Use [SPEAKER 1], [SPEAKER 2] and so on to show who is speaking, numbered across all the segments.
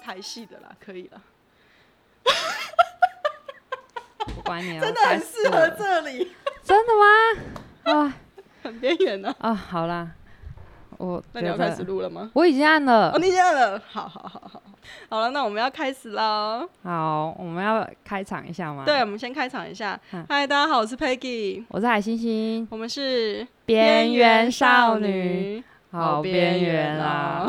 [SPEAKER 1] 台戏的啦，可以了，
[SPEAKER 2] 我管你了，
[SPEAKER 1] 真的
[SPEAKER 2] 我
[SPEAKER 1] 很适
[SPEAKER 2] 烦死
[SPEAKER 1] 合
[SPEAKER 2] 了
[SPEAKER 1] 这里，
[SPEAKER 2] 真的吗？啊
[SPEAKER 1] 很边缘呢。
[SPEAKER 2] 啊，好啦，我
[SPEAKER 1] 嗯那你要
[SPEAKER 2] 觉得
[SPEAKER 1] 开始录了吗？
[SPEAKER 2] 我已经按了
[SPEAKER 1] 哦，。你先了，好好好好，好了，那我们要开始喽。
[SPEAKER 2] 好，我们要开场一下吗？
[SPEAKER 1] 对，，我们先开场一下
[SPEAKER 2] 嗯。
[SPEAKER 1] 嗨，大家好，我是 Peggy，
[SPEAKER 2] 我是海星星，
[SPEAKER 1] 我们是
[SPEAKER 2] 边缘少女，，好边缘
[SPEAKER 1] 啊
[SPEAKER 2] 啊！！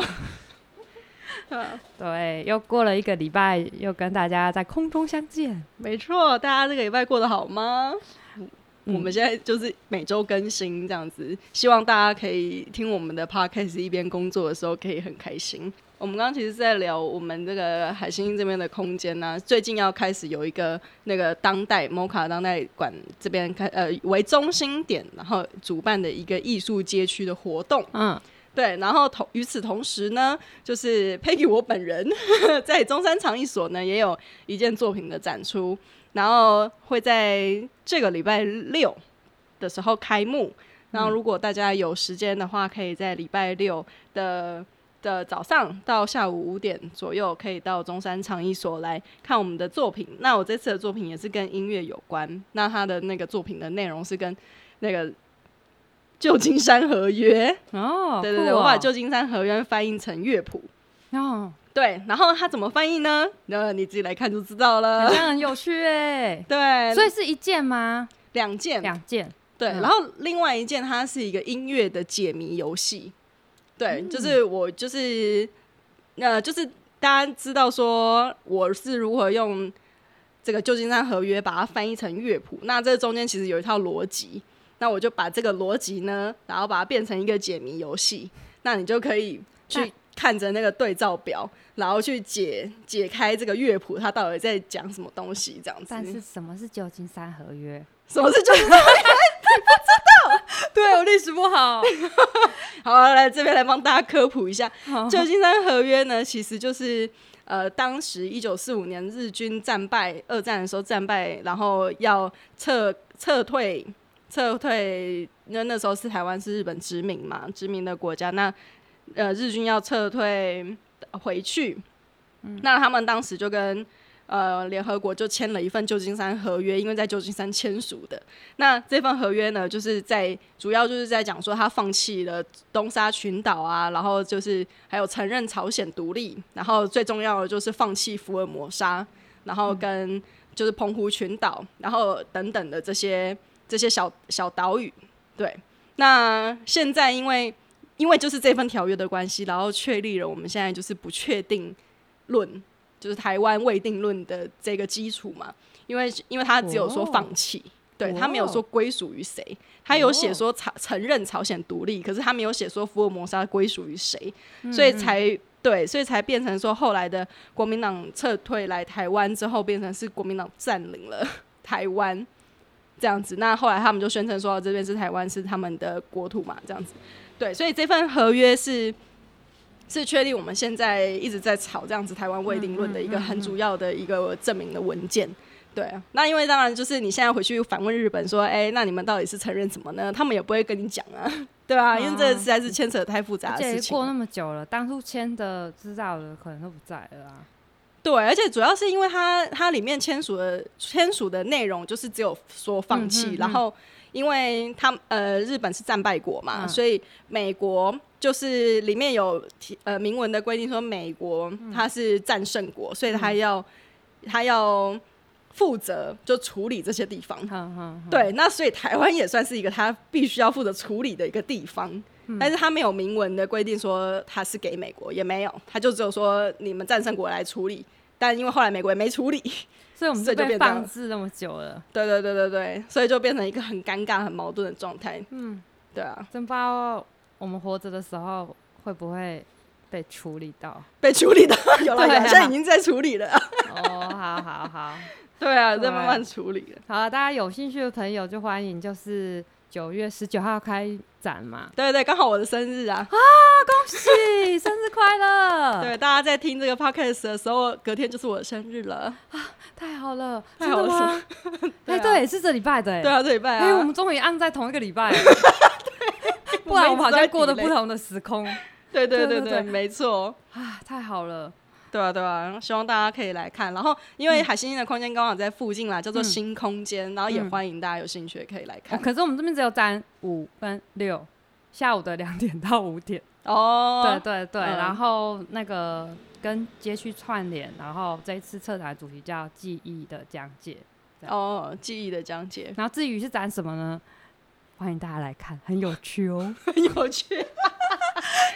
[SPEAKER 1] 嗯
[SPEAKER 2] 对，又过了一个礼拜，又跟大家在空中相见。
[SPEAKER 1] 没错，大家这个礼拜过得好吗？
[SPEAKER 2] 嗯
[SPEAKER 1] 我们现在就是每周更新这样子，希望大家可以听我们的 podcast，一边工作的时候可以很开心。我们刚刚其实是在聊我们这个海星这边的空间呢、最近要开始有一个那个当代 MOCA 当代馆这边开呃为中心点，然后主办的一个艺术街区的活动。
[SPEAKER 2] 嗯，
[SPEAKER 1] 对，然后同与此同时呢，就是 Peggy 我本人 在中山长艺所呢也有一件作品的展出，然后会在这个礼拜六的时候开幕。然后如果大家有时间的话，可以在礼拜六的的早上到下午五点左右，可以到中山长艺所来看我们的作品。那我这次的作品也是跟音乐有关，那他的那个作品的内容是跟那个旧金山合约。
[SPEAKER 2] 哦，
[SPEAKER 1] 对对对，
[SPEAKER 2] 酷
[SPEAKER 1] 我
[SPEAKER 2] 哦
[SPEAKER 1] 把旧金山合约翻译成乐谱。
[SPEAKER 2] 哦，
[SPEAKER 1] 对，然后它怎么翻译呢？那你自己来看就知道
[SPEAKER 2] 好
[SPEAKER 1] 了。。
[SPEAKER 2] 像很有趣哎
[SPEAKER 1] 对，
[SPEAKER 2] 所以是一件吗？
[SPEAKER 1] 嗯两件，
[SPEAKER 2] 两件。
[SPEAKER 1] 对，
[SPEAKER 2] 嗯
[SPEAKER 1] 然后另外一件它是一个音乐的解谜游戏。对，
[SPEAKER 2] 嗯
[SPEAKER 1] 就是我就是呃，就是大家知道说我是如何用这个旧金山合约把它翻译成乐谱，那这中间其实有一套逻辑，那我就把这个逻辑呢，然后把它变成一个解谜游戏，那你就可以去
[SPEAKER 2] 那
[SPEAKER 1] 看着那个对照表，然后去解解开这个乐谱它到底在讲什么东西，这样子。
[SPEAKER 2] 但是什么是旧金山合约？
[SPEAKER 1] 什么是旧金山？
[SPEAKER 2] 对我历史不 好。
[SPEAKER 1] 好，来这边来帮大家科普一下，
[SPEAKER 2] 好
[SPEAKER 1] 旧金山合约呢，其实就是呃，当时一九四五年日军战败二战的时候战败，然后要撤撤退撤退，那那时候是台湾是日本殖民嘛，殖民的国家，那呃日军要撤退回去，那他们当时就跟。呃，联合国就签了一份旧金山合约，因为在旧金山签署的。那这份合约呢，就是在主要就是在讲说他放弃了东沙群岛啊，然后就是还有承认朝鲜独立，然后最重要的就是放弃福尔摩沙，然后
[SPEAKER 2] 嗯
[SPEAKER 1] 跟就是澎湖群岛，然后等等的这些这些小小岛屿。对，那现在因为因为就是这份条约的关系，然后确立了我们现在就是不确定论，就是台湾未定论的这个基础嘛，因为因为他只有说
[SPEAKER 2] 哦
[SPEAKER 1] 放弃。对他没有
[SPEAKER 2] 哦
[SPEAKER 1] 说归属于谁，他有写
[SPEAKER 2] 哦
[SPEAKER 1] 说朝承认朝鲜独立，可是他没有写说福尔摩沙归属于谁，所以才对，所以才变成说后来的国民党撤退来台湾之后，变成是国民党占领了 台湾这样子。那后来他们就宣称说这边是台湾是他们的国土嘛，这样子。对，所以这份合约是是确立我们现在一直在吵这样子台湾未定论的一个很主要的一个证明的文件。对，啊那因为当然就是你现在回去反问日本说，哎、那你们到底是承认什么呢？他们也不会跟你讲啊，对吧、啊？因为这实在是牵扯太复杂
[SPEAKER 2] 而
[SPEAKER 1] 的
[SPEAKER 2] 且
[SPEAKER 1] 事
[SPEAKER 2] 也
[SPEAKER 1] 情
[SPEAKER 2] 过
[SPEAKER 1] 了。
[SPEAKER 2] 那么久了，当初签的、知道的可能都不在了啊。
[SPEAKER 1] 对，而且主要是因为它它里面签署的签署的内容就是只有说放弃，
[SPEAKER 2] 嗯嗯嗯
[SPEAKER 1] 然后因为他们呃日本是战败国嘛，
[SPEAKER 2] 嗯
[SPEAKER 1] 所以美国就是里面有提呃明文的规定说美国
[SPEAKER 2] 嗯
[SPEAKER 1] 它是战胜国，所以它要它要负责就处理这些地方。
[SPEAKER 2] 哼哼哼，
[SPEAKER 1] 对，那所以台湾也算是一个他必须要负责处理的一个地方，但是他没有明文的规定说他是给美国，也没有，他就只有说你们战胜国来处理。但因为后来美国也没处理，
[SPEAKER 2] 所以我们
[SPEAKER 1] 所以就
[SPEAKER 2] 就被
[SPEAKER 1] 变这样
[SPEAKER 2] 放置那么久了，
[SPEAKER 1] 对对对对对，所以就变成一个很尴尬、很矛盾的状态。嗯，对啊，
[SPEAKER 2] 真不知道我们活着的时候会不会被处理到。
[SPEAKER 1] 被处理 的有了，有
[SPEAKER 2] 对
[SPEAKER 1] 啦
[SPEAKER 2] 啊
[SPEAKER 1] 现在已经在处理了。
[SPEAKER 2] 哦，好好好，
[SPEAKER 1] 对 啊，
[SPEAKER 2] 对
[SPEAKER 1] 在慢慢处理了。
[SPEAKER 2] 好，大家有兴趣的朋友就欢迎，就是九月十九号开展嘛。
[SPEAKER 1] 对对，刚好我的生日啊！
[SPEAKER 2] 恭喜，生日快 乐！，
[SPEAKER 1] 对，大家在听这个 podcast 的时候，隔天就是我的生日了。
[SPEAKER 2] 太好了，
[SPEAKER 1] 太好了
[SPEAKER 2] 真的吗？
[SPEAKER 1] 对
[SPEAKER 2] 哎，
[SPEAKER 1] 啊
[SPEAKER 2] 对，是这礼拜的哎。
[SPEAKER 1] 对啊，这礼拜
[SPEAKER 2] 哎，我
[SPEAKER 1] 啊
[SPEAKER 2] 们，终于按在同一个礼拜 了，不
[SPEAKER 1] 一
[SPEAKER 2] 然
[SPEAKER 1] 直
[SPEAKER 2] 我们好
[SPEAKER 1] 都在
[SPEAKER 2] 像过得
[SPEAKER 1] delay
[SPEAKER 2] 不同的时空
[SPEAKER 1] 对对对
[SPEAKER 2] 对对
[SPEAKER 1] 对，
[SPEAKER 2] 对
[SPEAKER 1] 没错。
[SPEAKER 2] 啊！太好了，
[SPEAKER 1] 对啊，对啊，希望大家可以来看。然后，因
[SPEAKER 2] 嗯
[SPEAKER 1] 为海星星的空间刚好在附近啦，叫做新空间，然后
[SPEAKER 2] 嗯
[SPEAKER 1] 也欢迎大家有兴趣也可以来
[SPEAKER 2] 啊
[SPEAKER 1] 看。
[SPEAKER 2] 可是我们这边只有展五跟六，下午的两点到五点。
[SPEAKER 1] 哦，
[SPEAKER 2] 对啊对对，
[SPEAKER 1] 嗯
[SPEAKER 2] 然后那个跟街区串联，然后这一次策展的主题叫记忆的讲解。啊
[SPEAKER 1] 哦，记忆的讲解
[SPEAKER 2] 然后至于是展什么呢？欢迎大家来看，很有 趣哦。
[SPEAKER 1] 很有趣。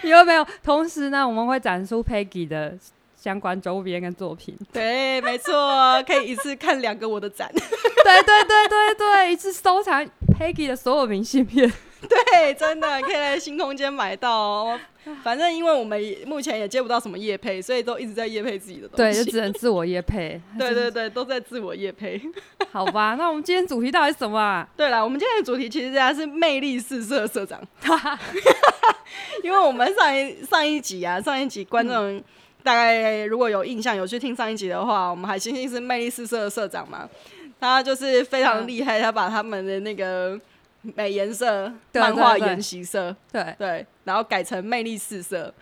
[SPEAKER 2] 有没有？同时呢，我们会展出 Peggy 的相关周边跟作品。
[SPEAKER 1] 对，没错，可以一次看两个我的展。
[SPEAKER 2] 对对对对对，一次收藏 Peggy 的所有明信片。
[SPEAKER 1] 对，真的可以在新空间买到哦。反正因为我们也目前也接不到什么业配，所以都一直在业配自己的东
[SPEAKER 2] 对，就
[SPEAKER 1] 西。
[SPEAKER 2] 只能自我业配。
[SPEAKER 1] 对对对，都在自我业配。
[SPEAKER 2] 好吧，那我们今天主题到底是什么啊？
[SPEAKER 1] 对啦，我们今天的主题其实大家是魅力四射社 长，因为我们上一上一集啊，上一集观众大概如果有印象，有去听上一集的话，我们海星星是魅力四射的社长嘛，他就是非常厉害，他把他们的那个美颜社、
[SPEAKER 2] 对
[SPEAKER 1] 漫画
[SPEAKER 2] 对对
[SPEAKER 1] 研习社，
[SPEAKER 2] 对，
[SPEAKER 1] 对，然后改成魅力四射。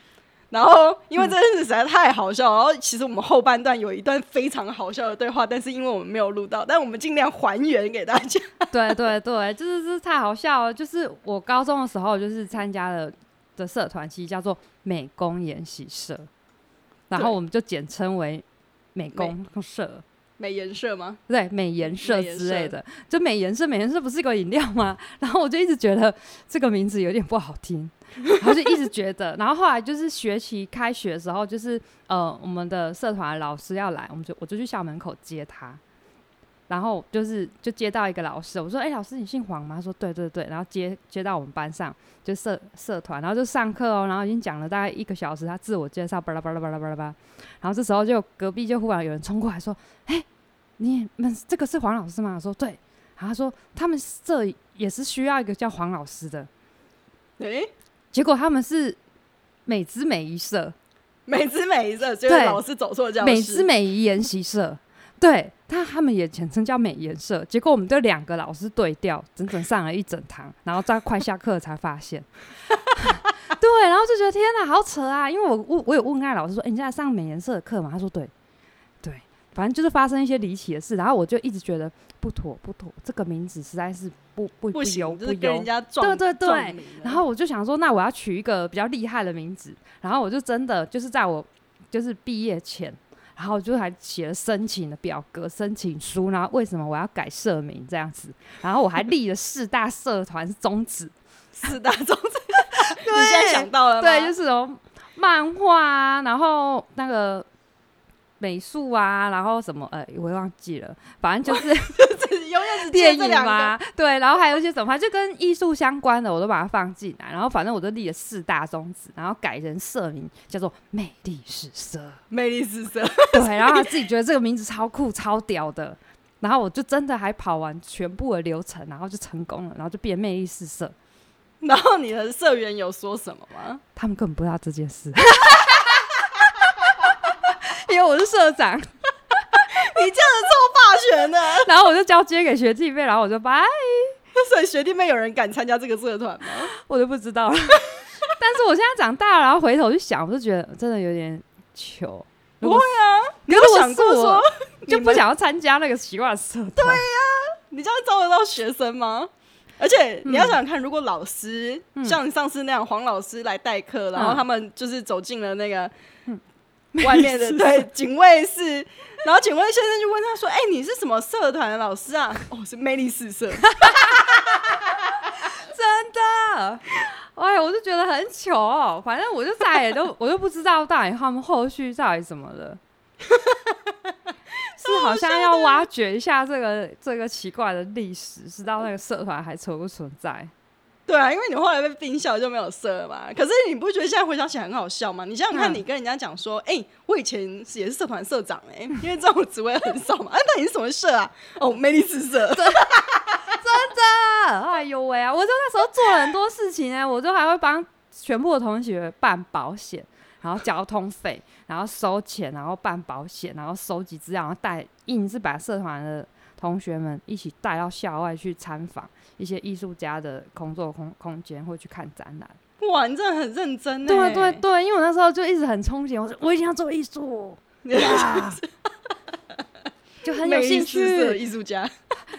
[SPEAKER 1] 然后，因为这件事实在太好笑，然后其实我们后半段有一段非常好笑的对话，但是因为我们没有录到，但我们尽量还原给大家。
[SPEAKER 2] 对对对，就是这太好笑了。就是我高中的时候，就是参加了的社团，其实叫做美工研习社，然后
[SPEAKER 1] 对
[SPEAKER 2] 我们就简称为美工社，
[SPEAKER 1] 美颜社吗？
[SPEAKER 2] 对美研社
[SPEAKER 1] 美研
[SPEAKER 2] 之类
[SPEAKER 1] 社
[SPEAKER 2] 的。就美研社，美研社不是一个饮料吗？ 然后我就一直觉得这个名字有点不好听，然后就一直觉得。然后后来就是学期开学的时候，就是呃，我们的社团老师要来，我们就我就去校门口接他。然后就是就接到一个老师，我说：“哎、老师，你姓黄吗？”他说：“对对对。”然后接接到我们班上，就社社团，然后就上课哦，然后已经讲了大概一个小时，他自我介绍，巴拉巴拉巴拉巴拉巴拉。然后这时候就隔壁就忽然有人冲过来说：“哎、你们这个是黄老师吗？”我说：“对。”然后他说：“他们这也是需要一个叫黄老师的。
[SPEAKER 1] 诶、”
[SPEAKER 2] 结果他们是美姿美仪社，
[SPEAKER 1] 美姿美仪社，就是
[SPEAKER 2] 对
[SPEAKER 1] 老是走错教室。
[SPEAKER 2] 美姿美仪研习社，对他他们也简称叫美研社。结果我们就两个老师对调，整整上了一整堂，然后在快下课才发现。 对，然后就觉得天哪，好扯啊！因为我我我有问那个老师说，哎、你现在上美研社的课吗？他说对，对，反正就是发生一些离奇的事，然后我就一直觉得不妥不妥，这个名字实在是不不
[SPEAKER 1] 不
[SPEAKER 2] 优
[SPEAKER 1] 行，就是
[SPEAKER 2] 不
[SPEAKER 1] 跟
[SPEAKER 2] 优
[SPEAKER 1] 人。家撞，
[SPEAKER 2] 对对对
[SPEAKER 1] 撞名啊了
[SPEAKER 2] 然后我就想说，那我要取一个比较厉害的名字。然后我就真的就是在我就是毕业前，然后我就还写了申请的表格、申请书，然后为什么我要改社名这样子。然后我还立了四大社团宗旨，
[SPEAKER 1] 四大宗旨，你现在想到了吗？
[SPEAKER 2] 对，啊就是有漫画啊，然后那个美术啊，然后什么呃，我也忘记了，反正就是
[SPEAKER 1] 是永 远只记得
[SPEAKER 2] 电
[SPEAKER 1] 这
[SPEAKER 2] 影
[SPEAKER 1] 两个。
[SPEAKER 2] 啊，对，然后还有一些什么，反正就跟艺术相关的，我都把它放进来。然后反正我就立了四大宗旨，然后改成社名叫做“魅力是 社
[SPEAKER 1] 魅力四射，”，
[SPEAKER 2] 对，然后他自己觉得这个名字超酷、超屌的。然后我就真的还跑完全部的流程，然后就成功了，然后就变魅力四射。
[SPEAKER 1] 然后你的社员有说什么吗？
[SPEAKER 2] 他们根本不知道这件事， 因为我是社长，
[SPEAKER 1] 你这样子臭霸权的，
[SPEAKER 2] 然后我就交接给学弟妹，然后我就拜
[SPEAKER 1] 所以学弟妹有人敢参加这个社团吗？
[SPEAKER 2] 我就不知道了。 但是我现在长大了，然后回头去想，我就觉得真的有点糗。
[SPEAKER 1] 不会
[SPEAKER 2] 啊，
[SPEAKER 1] 你
[SPEAKER 2] 如
[SPEAKER 1] 有
[SPEAKER 2] 果
[SPEAKER 1] 想
[SPEAKER 2] 是
[SPEAKER 1] 过
[SPEAKER 2] 我
[SPEAKER 1] 说，
[SPEAKER 2] 就
[SPEAKER 1] 你
[SPEAKER 2] 不
[SPEAKER 1] 们
[SPEAKER 2] 想要参加那个奇怪的社团。对，
[SPEAKER 1] 你这样招得到学生吗？而且你要想想看，如果老师、
[SPEAKER 2] 嗯
[SPEAKER 1] 像你上次那样，黄老师来代课，然后
[SPEAKER 2] 嗯
[SPEAKER 1] 他们就是走进了那个外面 的对警卫室，然后警卫先生就问他说：“哎、你是什么社团的老师啊？”哦，是魅力四 射。
[SPEAKER 2] 真的。哎，我就觉得很糗、哦反正我就再也都 我就不知道到底他们后续到底怎么了。是好像要挖掘一下这个这个奇怪的历史，知道那个社团还存不存在？
[SPEAKER 1] 对啊，因为你后来被并校就没有社了嘛。可是你不觉得现在回想起来很好笑吗？你想想看，
[SPEAKER 2] 嗯
[SPEAKER 1] 你跟人家讲说：“哎、我以前是也是社团社长哎、 因为这种职位很少嘛。啊”那你是什么社啊？哦，魅力四射。
[SPEAKER 2] 啊哎呦喂啊！我就那时候做了很多事情呢、我就还会帮全部的同学办保险，然后交通费，然后收钱，然后办保险，然后收集资料，然后带硬是把社团的同学们一起带到校外去参访一些艺术家的工作空空间，会去看展览。
[SPEAKER 1] 哇，你真的很认真呢、欸
[SPEAKER 2] 啊对对对，因为我那时候就一直很憧憬，我说我一定要做艺术， 呀就很有
[SPEAKER 1] 魅力
[SPEAKER 2] 兴
[SPEAKER 1] 四射的
[SPEAKER 2] 趣。
[SPEAKER 1] 艺术 家，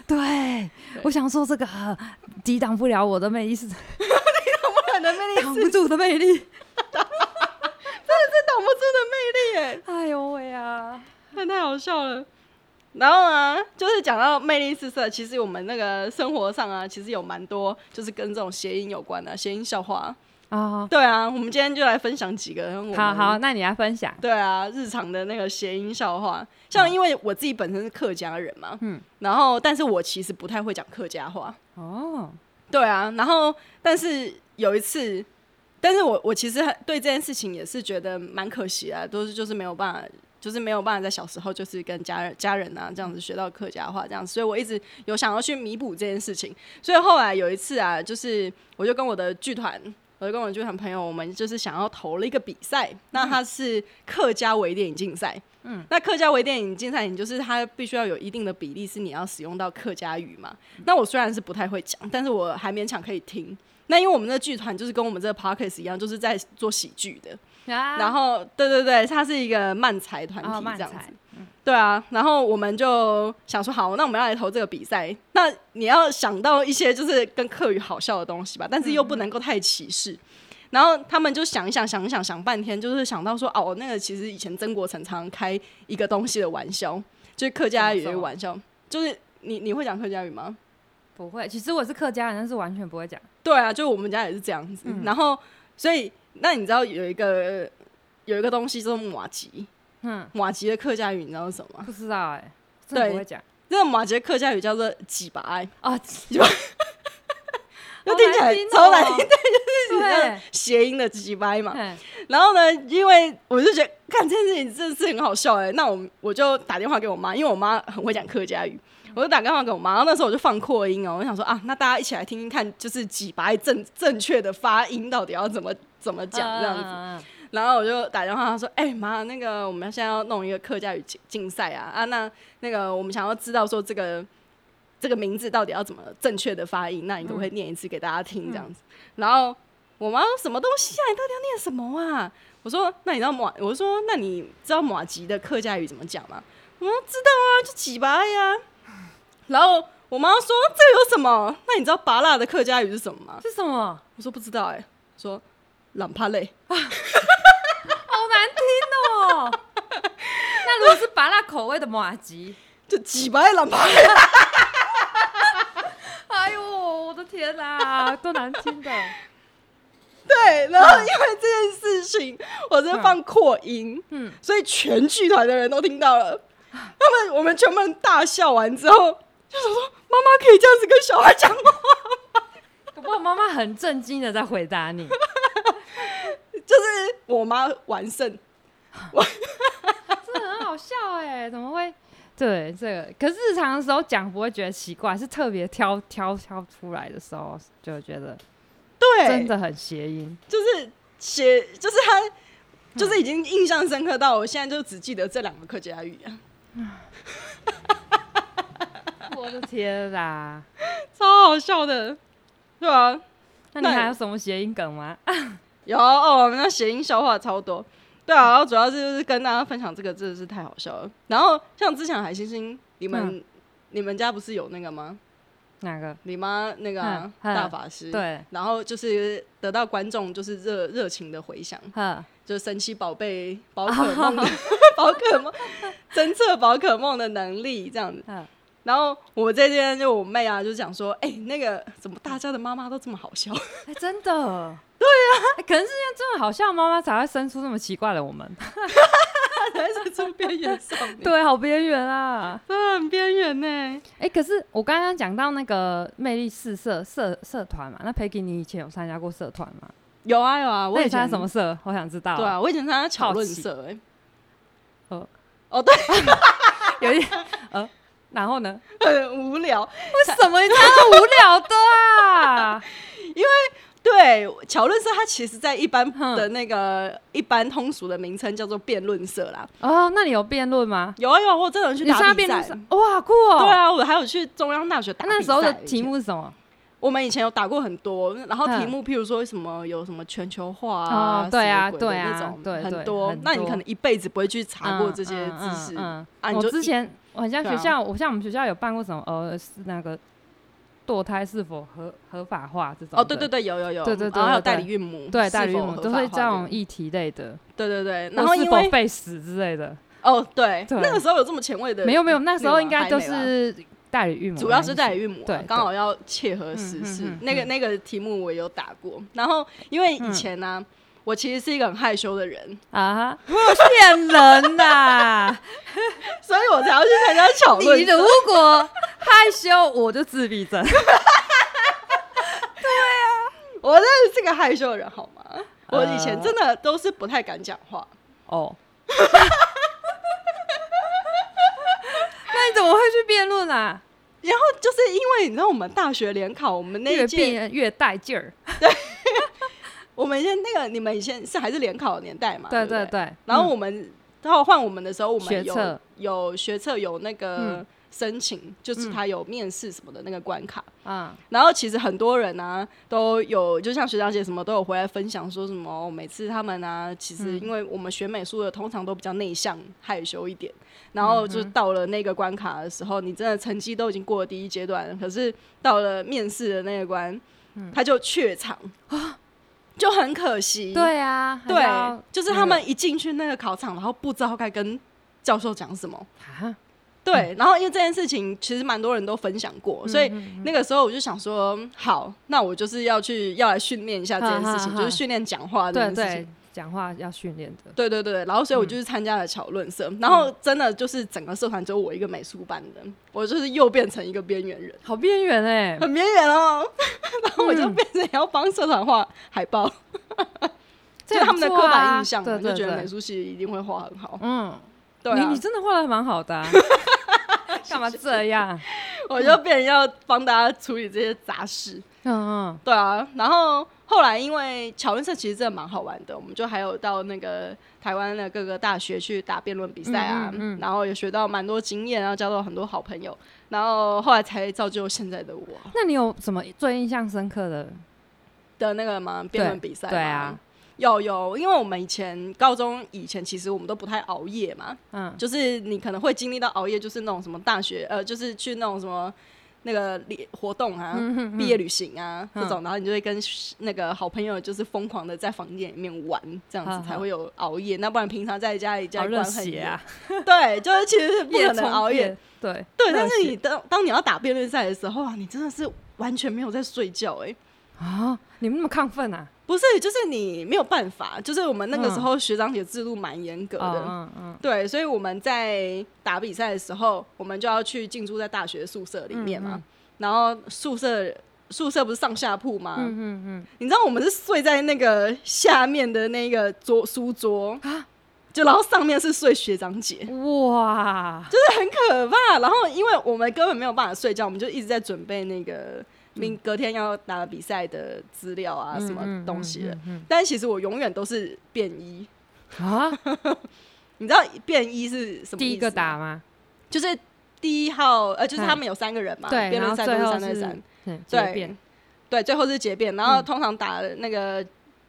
[SPEAKER 2] 对，我想说这个呃抵挡不了我的魅力，是
[SPEAKER 1] 我的魅力
[SPEAKER 2] 挡不住我的魅力。
[SPEAKER 1] 是挡不住的魅力耶。
[SPEAKER 2] 哎呦喂啊！
[SPEAKER 1] 那 太好笑了。然后呢，就是讲到魅力四射，其实我们那个生活上啊，其实有蛮多就是跟这种谐音有关的、谐音笑话啊。
[SPEAKER 2] 啊，
[SPEAKER 1] 对啊，我们今天就来分享几个。
[SPEAKER 2] 好好，。那你来分享。
[SPEAKER 1] 对啊，日常的那个谐音笑话，像因为我自己本身是客家人嘛，嗯，然后但是我其实不太会讲客家话，
[SPEAKER 2] 哦，
[SPEAKER 1] 对啊，然后但是有一次，但是我我其实很对这件事情也是觉得蛮可惜啊，都是就是没有办法，就是没有办法在小时候就是跟家人家人啊这样子学到客家话这样子，所以我一直有想要去弥补这件事情，所以后来有一次啊，就是我就跟我的剧团。我就跟我的剧团朋友，我们就是想要投了一个比赛，那它是客家微电影竞赛。嗯，那客家微电影竞赛，你就是它必须要有一定的比例是你要使用到客家语嘛。那我虽然是不太会讲，但是我还勉强可以听。那因为我们的剧团就是跟我们这个 podcast 一样，就是在做喜剧的。然
[SPEAKER 2] 然
[SPEAKER 1] 后，对对对，它是一个啊哦漫才团
[SPEAKER 2] 啊，
[SPEAKER 1] 体
[SPEAKER 2] 慢
[SPEAKER 1] 这样子。
[SPEAKER 2] 才，
[SPEAKER 1] 对啊，然后我们就想说，好，那我们要来投这个比赛。那你要想到一些就是跟客语好笑的东西吧，但是又不能够太歧视。然后他们就想一想，想一想，想半天，就是想到说，哦，那个其实以前曾国城常开一个东西的玩笑，就是客家语
[SPEAKER 2] 什么
[SPEAKER 1] 的
[SPEAKER 2] 什么
[SPEAKER 1] 玩笑，就是你你会讲客家语吗？
[SPEAKER 2] 不会。其实我是客家人，但是完全不会讲。
[SPEAKER 1] 对啊，就我们家也是这样子。然后，所以那你知道有一个有一个东西叫做马吉，
[SPEAKER 2] 嗯，
[SPEAKER 1] 马吉的客家语你知道是什么吗？
[SPEAKER 2] 不知道哎，真的
[SPEAKER 1] 啊对
[SPEAKER 2] 不会讲。
[SPEAKER 1] 这个马吉的客家语叫做“几把爱
[SPEAKER 2] 啊，
[SPEAKER 1] 就听起来超难听
[SPEAKER 2] 的， 对”，
[SPEAKER 1] 谐音的“几把 爱”嘛。
[SPEAKER 2] 嘿，
[SPEAKER 1] 然后呢，因为我就觉得看这件事情真的是很好笑哎、那我我就打电话给我妈，因为我妈很会讲客家语，我就打电话给我妈。然后那时候我就放扩音哦、我想说啊，那大家一起来听听看，就是“几把爱”正正确的发音到底要怎么怎么讲这样子。
[SPEAKER 2] 子。
[SPEAKER 1] 然后我就打电话，他说：“哎、妈，那个我们现在要弄一个客家语竞竞赛啊啊，那那个我们想要知道说这个这个名字到底要怎么正确的发音，那你可不可以念一次给大家听这样子？”嗯然后我妈说什么东西啊？你到底要念什么啊？我说：“那你知道马？我说那你知道马吉的客家语怎么讲吗？”我说：“知道啊，就几巴呀。”然后我妈说：“这有什么？那你知道拔辣的客家语是什么吗
[SPEAKER 2] 是什么？？”
[SPEAKER 1] 我说：“不知道哎、说懒怕累。
[SPEAKER 2] 好难听哦。那如果是麻辣口味的马吉，
[SPEAKER 1] 就几百懒趴累
[SPEAKER 2] 哎呦，我的天哪，多难听的！哦
[SPEAKER 1] 对，然后因为这件事情，我在放扩音，
[SPEAKER 2] 嗯啊
[SPEAKER 1] 嗯，所以全剧团的人都听到了。他们我们全部人大笑完之后，就想说：“妈妈可以这样子跟小孩讲话，
[SPEAKER 2] 搞不好妈妈很震惊的在回答你，
[SPEAKER 1] 就是我妈完胜。
[SPEAKER 2] 真的很好笑哎、怎么会？对这个，可是日常的时候讲不会觉得奇怪，是特别挑挑挑出来的时候就觉得
[SPEAKER 1] 对，
[SPEAKER 2] 真的很谐音。
[SPEAKER 1] 就是写，就是他，就是已经印象深刻到我现在就只记得这两个客家语 啊，
[SPEAKER 2] 我的天啦！
[SPEAKER 1] 超好笑的，对吧、啊？
[SPEAKER 2] 那你
[SPEAKER 1] 那
[SPEAKER 2] 还有什么谐音梗吗？ 啊
[SPEAKER 1] 有哦，我们那谐音笑话超多。对啊，然后主要是就是跟大家分享这个真的是太好笑了。然后像之前海星星，你们、你们家不是有那个吗？
[SPEAKER 2] 哪个？
[SPEAKER 1] 你妈那个啊、
[SPEAKER 2] 嗯嗯
[SPEAKER 1] 大法师，
[SPEAKER 2] 对，
[SPEAKER 1] 然后就是得到观众就是热热情的回响，
[SPEAKER 2] 呵，
[SPEAKER 1] 就是神奇宝贝宝可梦 的宝可梦侦测宝可梦的能力这样子。
[SPEAKER 2] 嗯
[SPEAKER 1] 然后我这边就我妹啊，就讲说，哎、那个怎么大家的妈妈都这么好笑？
[SPEAKER 2] 哎、真的，对啊、可能是因为真的好笑，妈妈才会生出那么奇怪的我们。
[SPEAKER 1] 还是出边缘少年，
[SPEAKER 2] 对，好边缘啊！
[SPEAKER 1] 真的很边缘呢。
[SPEAKER 2] 哎、可是我刚刚讲到那个魅力四社社社团嘛，那 Peggy，你以前有参加过社团吗？
[SPEAKER 1] 有啊有啊，我
[SPEAKER 2] 那
[SPEAKER 1] 以
[SPEAKER 2] 你
[SPEAKER 1] 前
[SPEAKER 2] 参加什么？社？我想知道。
[SPEAKER 1] 对，啊，我以前参加讨论社哎、
[SPEAKER 2] 哦
[SPEAKER 1] 哦对，
[SPEAKER 2] 有一点呃，然后呢？
[SPEAKER 1] 很无聊。
[SPEAKER 2] 为什么你参加无聊的啊？
[SPEAKER 1] 对，讨论社它其实在一般的那个、一般通俗的名称叫做辩论社啦。
[SPEAKER 2] 哦，那你有辩论吗？
[SPEAKER 1] 有啊有啊，我真的有去
[SPEAKER 2] 你
[SPEAKER 1] 打
[SPEAKER 2] 参加
[SPEAKER 1] 比
[SPEAKER 2] 辩论
[SPEAKER 1] 赛啊
[SPEAKER 2] 社。？哇，酷哦！
[SPEAKER 1] 对啊，我还有去中央大学打比赛。
[SPEAKER 2] 那时候的
[SPEAKER 1] 以前
[SPEAKER 2] 题目是什么？
[SPEAKER 1] 我们以前有打过很多，然后题
[SPEAKER 2] 嗯
[SPEAKER 1] 目譬如说什么有什么全球化
[SPEAKER 2] 哦
[SPEAKER 1] 啊，
[SPEAKER 2] 对啊
[SPEAKER 1] 什么鬼的
[SPEAKER 2] 对啊
[SPEAKER 1] 那种
[SPEAKER 2] 对对
[SPEAKER 1] 很多
[SPEAKER 2] 很。
[SPEAKER 1] 那你
[SPEAKER 2] 多
[SPEAKER 1] 可能一辈子不会去查过
[SPEAKER 2] 嗯
[SPEAKER 1] 这些
[SPEAKER 2] 嗯
[SPEAKER 1] 知识
[SPEAKER 2] 嗯嗯
[SPEAKER 1] 啊，你
[SPEAKER 2] 我
[SPEAKER 1] 就
[SPEAKER 2] 之
[SPEAKER 1] 一
[SPEAKER 2] 前我很像
[SPEAKER 1] 对
[SPEAKER 2] 学
[SPEAKER 1] 啊
[SPEAKER 2] 校，我像我们学校有办过什么呃是那个堕胎是否合合法化这种
[SPEAKER 1] 哦，对对
[SPEAKER 2] 的
[SPEAKER 1] 对，有有有，
[SPEAKER 2] 对对对
[SPEAKER 1] 然后还有
[SPEAKER 2] 对
[SPEAKER 1] 代
[SPEAKER 2] 对
[SPEAKER 1] 理孕母，
[SPEAKER 2] 对
[SPEAKER 1] 是
[SPEAKER 2] 代理
[SPEAKER 1] 否
[SPEAKER 2] 孕母
[SPEAKER 1] 合
[SPEAKER 2] 都
[SPEAKER 1] 法
[SPEAKER 2] 会
[SPEAKER 1] 化
[SPEAKER 2] 这
[SPEAKER 1] 的
[SPEAKER 2] 种议题类的，
[SPEAKER 1] 对对对，然
[SPEAKER 2] 或
[SPEAKER 1] 后
[SPEAKER 2] 是
[SPEAKER 1] 因
[SPEAKER 2] 否
[SPEAKER 1] 为
[SPEAKER 2] 被死之类的，
[SPEAKER 1] 哦对，
[SPEAKER 2] 对
[SPEAKER 1] 那个时候有这么前卫的，
[SPEAKER 2] 没有没有，那时候
[SPEAKER 1] 那
[SPEAKER 2] 应
[SPEAKER 1] 个
[SPEAKER 2] 该
[SPEAKER 1] 还
[SPEAKER 2] 都
[SPEAKER 1] 没啦
[SPEAKER 2] 是代理孕母，
[SPEAKER 1] 主要是代理
[SPEAKER 2] 孕，
[SPEAKER 1] 孕母啊，
[SPEAKER 2] 对对
[SPEAKER 1] 刚好要切合时事。
[SPEAKER 2] 嗯嗯嗯
[SPEAKER 1] 那个
[SPEAKER 2] 嗯
[SPEAKER 1] 那个题目我有打过，然后因为以前呢、啊我其实是一个很害羞的人，
[SPEAKER 2] 啊哈，骗人 呐！
[SPEAKER 1] 所以我才要去参加讨论
[SPEAKER 2] 你。如果害羞，我就自 闭症。
[SPEAKER 1] 我真的是个害羞的人，好吗？我
[SPEAKER 2] 呃
[SPEAKER 1] 以前真的都是不太敢讲话，
[SPEAKER 2] 哦， 那你怎么会去辩论啊？
[SPEAKER 1] 然后就是因为你知道我们大学联考，我们那一
[SPEAKER 2] 越
[SPEAKER 1] 届，
[SPEAKER 2] 辩越带劲儿。
[SPEAKER 1] 我们以前那个你们以前是还是联考的年代嘛？
[SPEAKER 2] 对
[SPEAKER 1] 啊对不
[SPEAKER 2] 对对，
[SPEAKER 1] 然后
[SPEAKER 2] 嗯
[SPEAKER 1] 我们然后换我们的时候，我
[SPEAKER 2] 学
[SPEAKER 1] 们
[SPEAKER 2] 测
[SPEAKER 1] 有有学测有那个
[SPEAKER 2] 嗯
[SPEAKER 1] 申请，就是
[SPEAKER 2] 嗯
[SPEAKER 1] 他有面试什么的那个关卡。
[SPEAKER 2] 嗯
[SPEAKER 1] 然后其实很多人啊都有，就像学长姐什么都有回来分享说什么，哦每次他们啊，其实
[SPEAKER 2] 嗯
[SPEAKER 1] 因为我们学美术的通常都比较内向害羞一点，然后
[SPEAKER 2] 嗯
[SPEAKER 1] 就到了那个关卡的时候，你真的成绩都已经过了第一阶段了，可是到了面试的那个关，
[SPEAKER 2] 嗯
[SPEAKER 1] 他就怯场啊，就很可惜。
[SPEAKER 2] 对啊，还
[SPEAKER 1] 对
[SPEAKER 2] 要，
[SPEAKER 1] 就是他
[SPEAKER 2] 嗯
[SPEAKER 1] 们一进去那个考场，然后不知道该跟教授讲什么。
[SPEAKER 2] 啊，
[SPEAKER 1] 对，然后因为这件事情其实蛮多人都分享
[SPEAKER 2] 嗯
[SPEAKER 1] 过，所以那个时候我就想说，好，那我就是要去要来训练一下这件事
[SPEAKER 2] 哈哈
[SPEAKER 1] 情，
[SPEAKER 2] 哈
[SPEAKER 1] 就是训练讲话这
[SPEAKER 2] 对
[SPEAKER 1] 件事情
[SPEAKER 2] 对。，讲话要训练的。
[SPEAKER 1] 对对对，然后所以我就是参加了讨论社，然后真的就是整个社团只有我一个美术班的，我就是又变成一个边缘人，
[SPEAKER 2] 好边缘哎，
[SPEAKER 1] 很边缘哦。然后我就变成要帮社团画海报，
[SPEAKER 2] 嗯
[SPEAKER 1] 就
[SPEAKER 2] 这也
[SPEAKER 1] 是他们的
[SPEAKER 2] 不
[SPEAKER 1] 刻
[SPEAKER 2] 错啊
[SPEAKER 1] 板印象嘛，
[SPEAKER 2] 对对
[SPEAKER 1] 就觉得
[SPEAKER 2] 对
[SPEAKER 1] 美术系一定会画很好。
[SPEAKER 2] 嗯，
[SPEAKER 1] 对、啊，
[SPEAKER 2] 你你真的画的蛮好 的啊， 干嘛这样？啊
[SPEAKER 1] 我就变成要帮大家处理这些杂事。
[SPEAKER 2] 嗯
[SPEAKER 1] 对啊，然后后来因为巧论社其实真的蛮好玩的，我们就还有到那个台湾的各个大学去打辩论比赛啊，
[SPEAKER 2] 嗯嗯嗯
[SPEAKER 1] 然后也学到蛮多经验，然后交到很多好朋友，然后后来才造就现在的我
[SPEAKER 2] 嗯，那你有什么最印象深刻的？
[SPEAKER 1] 的那个嘛辩论比赛
[SPEAKER 2] 对
[SPEAKER 1] 嘛
[SPEAKER 2] 啊。
[SPEAKER 1] 有有，因为我们以前高中以前其实我们都不太熬夜嘛，
[SPEAKER 2] 嗯，
[SPEAKER 1] 就是你可能会经历到熬夜，就是那种什么大学呃，就是去那种什么那个联活动啊，毕业旅行啊
[SPEAKER 2] 嗯
[SPEAKER 1] 这种，然后你就会跟那个好朋友就是疯狂的在房间里面玩，这样
[SPEAKER 2] 嗯
[SPEAKER 1] 子才会有熬夜。那不然平常在家里家
[SPEAKER 2] 好
[SPEAKER 1] 里
[SPEAKER 2] 热
[SPEAKER 1] 关很
[SPEAKER 2] 血
[SPEAKER 1] 严，
[SPEAKER 2] 啊，
[SPEAKER 1] 对，就是其实是 不可
[SPEAKER 2] 冲
[SPEAKER 1] 能熬夜。，
[SPEAKER 2] 对
[SPEAKER 1] 对，
[SPEAKER 2] 热
[SPEAKER 1] 但是
[SPEAKER 2] 血
[SPEAKER 1] 你当当你要打辩论赛的时候啊，你真的是完全没有在睡觉哎、欸
[SPEAKER 2] 啊，你们那么亢奋啊？
[SPEAKER 1] 不是，就是你没有办法，就是我们那个时候学长姐制度蛮严格的，
[SPEAKER 2] 嗯嗯
[SPEAKER 1] 对，啊所以我们在打比赛的时候，我们就要去进驻在大学宿舍里面嘛。
[SPEAKER 2] 嗯嗯
[SPEAKER 1] 然后宿舍宿舍不是上下铺吗？
[SPEAKER 2] 嗯嗯
[SPEAKER 1] 你知道我们是睡在那个下面的那个桌书桌
[SPEAKER 2] 啊
[SPEAKER 1] 就然后上面是睡学长姐，
[SPEAKER 2] 嗯，哇，
[SPEAKER 1] 就是很可怕。然后因为我们根本没有办法睡觉，我们就一直在准备那个明隔天要打比赛的资料啊，什么东西的。
[SPEAKER 2] 嗯嗯
[SPEAKER 1] 但其实我永远都是便衣，
[SPEAKER 2] 啊，
[SPEAKER 1] 你知道便衣是什么意思吗？啊
[SPEAKER 2] 第一个打吗？
[SPEAKER 1] 就是第一号，呃，就是他们有三个人嘛，
[SPEAKER 2] 对，
[SPEAKER 1] 辩
[SPEAKER 2] 然
[SPEAKER 1] 论
[SPEAKER 2] 后
[SPEAKER 1] 赛
[SPEAKER 2] 最
[SPEAKER 1] 都是
[SPEAKER 2] 后
[SPEAKER 1] 三对
[SPEAKER 2] 是
[SPEAKER 1] 三，
[SPEAKER 2] 嗯
[SPEAKER 1] 对
[SPEAKER 2] 结辩，嗯
[SPEAKER 1] 对，最后是结辩，然后通常打那个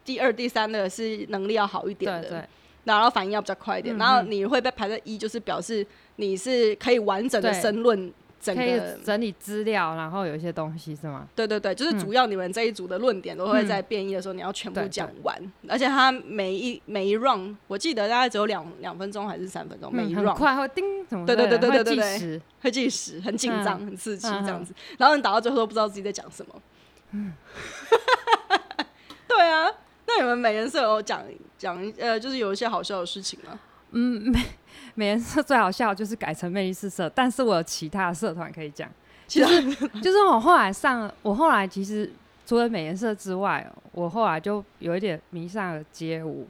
[SPEAKER 1] 第二、第三的是能力要好一点的，
[SPEAKER 2] 对对，
[SPEAKER 1] 然后反应要比较快一点，
[SPEAKER 2] 嗯
[SPEAKER 1] 然后你会被排在一，就是表示你是可以完整的
[SPEAKER 2] 对
[SPEAKER 1] 申论整
[SPEAKER 2] 可
[SPEAKER 1] 个
[SPEAKER 2] 以，整理资料，然后有一些东西是吗？
[SPEAKER 1] 对对对，
[SPEAKER 2] 嗯
[SPEAKER 1] 就是主要你们这一组的论点都会在辩一的时候你要全部
[SPEAKER 2] 对对
[SPEAKER 1] 讲完，而且他每一每一 round 我记得大概只有两两分钟还是三分钟，每一
[SPEAKER 2] 嗯
[SPEAKER 1] round
[SPEAKER 2] 很快会叮什么之
[SPEAKER 1] 对
[SPEAKER 2] 类的？
[SPEAKER 1] 哦对对对对
[SPEAKER 2] 会
[SPEAKER 1] 对
[SPEAKER 2] 计时，
[SPEAKER 1] 会计时，很紧张、
[SPEAKER 2] 嗯
[SPEAKER 1] 很刺激这样子。然后你打到最后都不知道自己在讲什么。嗯， 对啊。那你们每人是有讲讲一呃，就是有一些好笑的事情吗？
[SPEAKER 2] 嗯，美美人社最好笑就是改成魅力四社，但是我有其他的社团可以讲。
[SPEAKER 1] 其实
[SPEAKER 2] 就是我后来上，我后来其实除了美颜社之外，我后来就有一点迷上了街舞。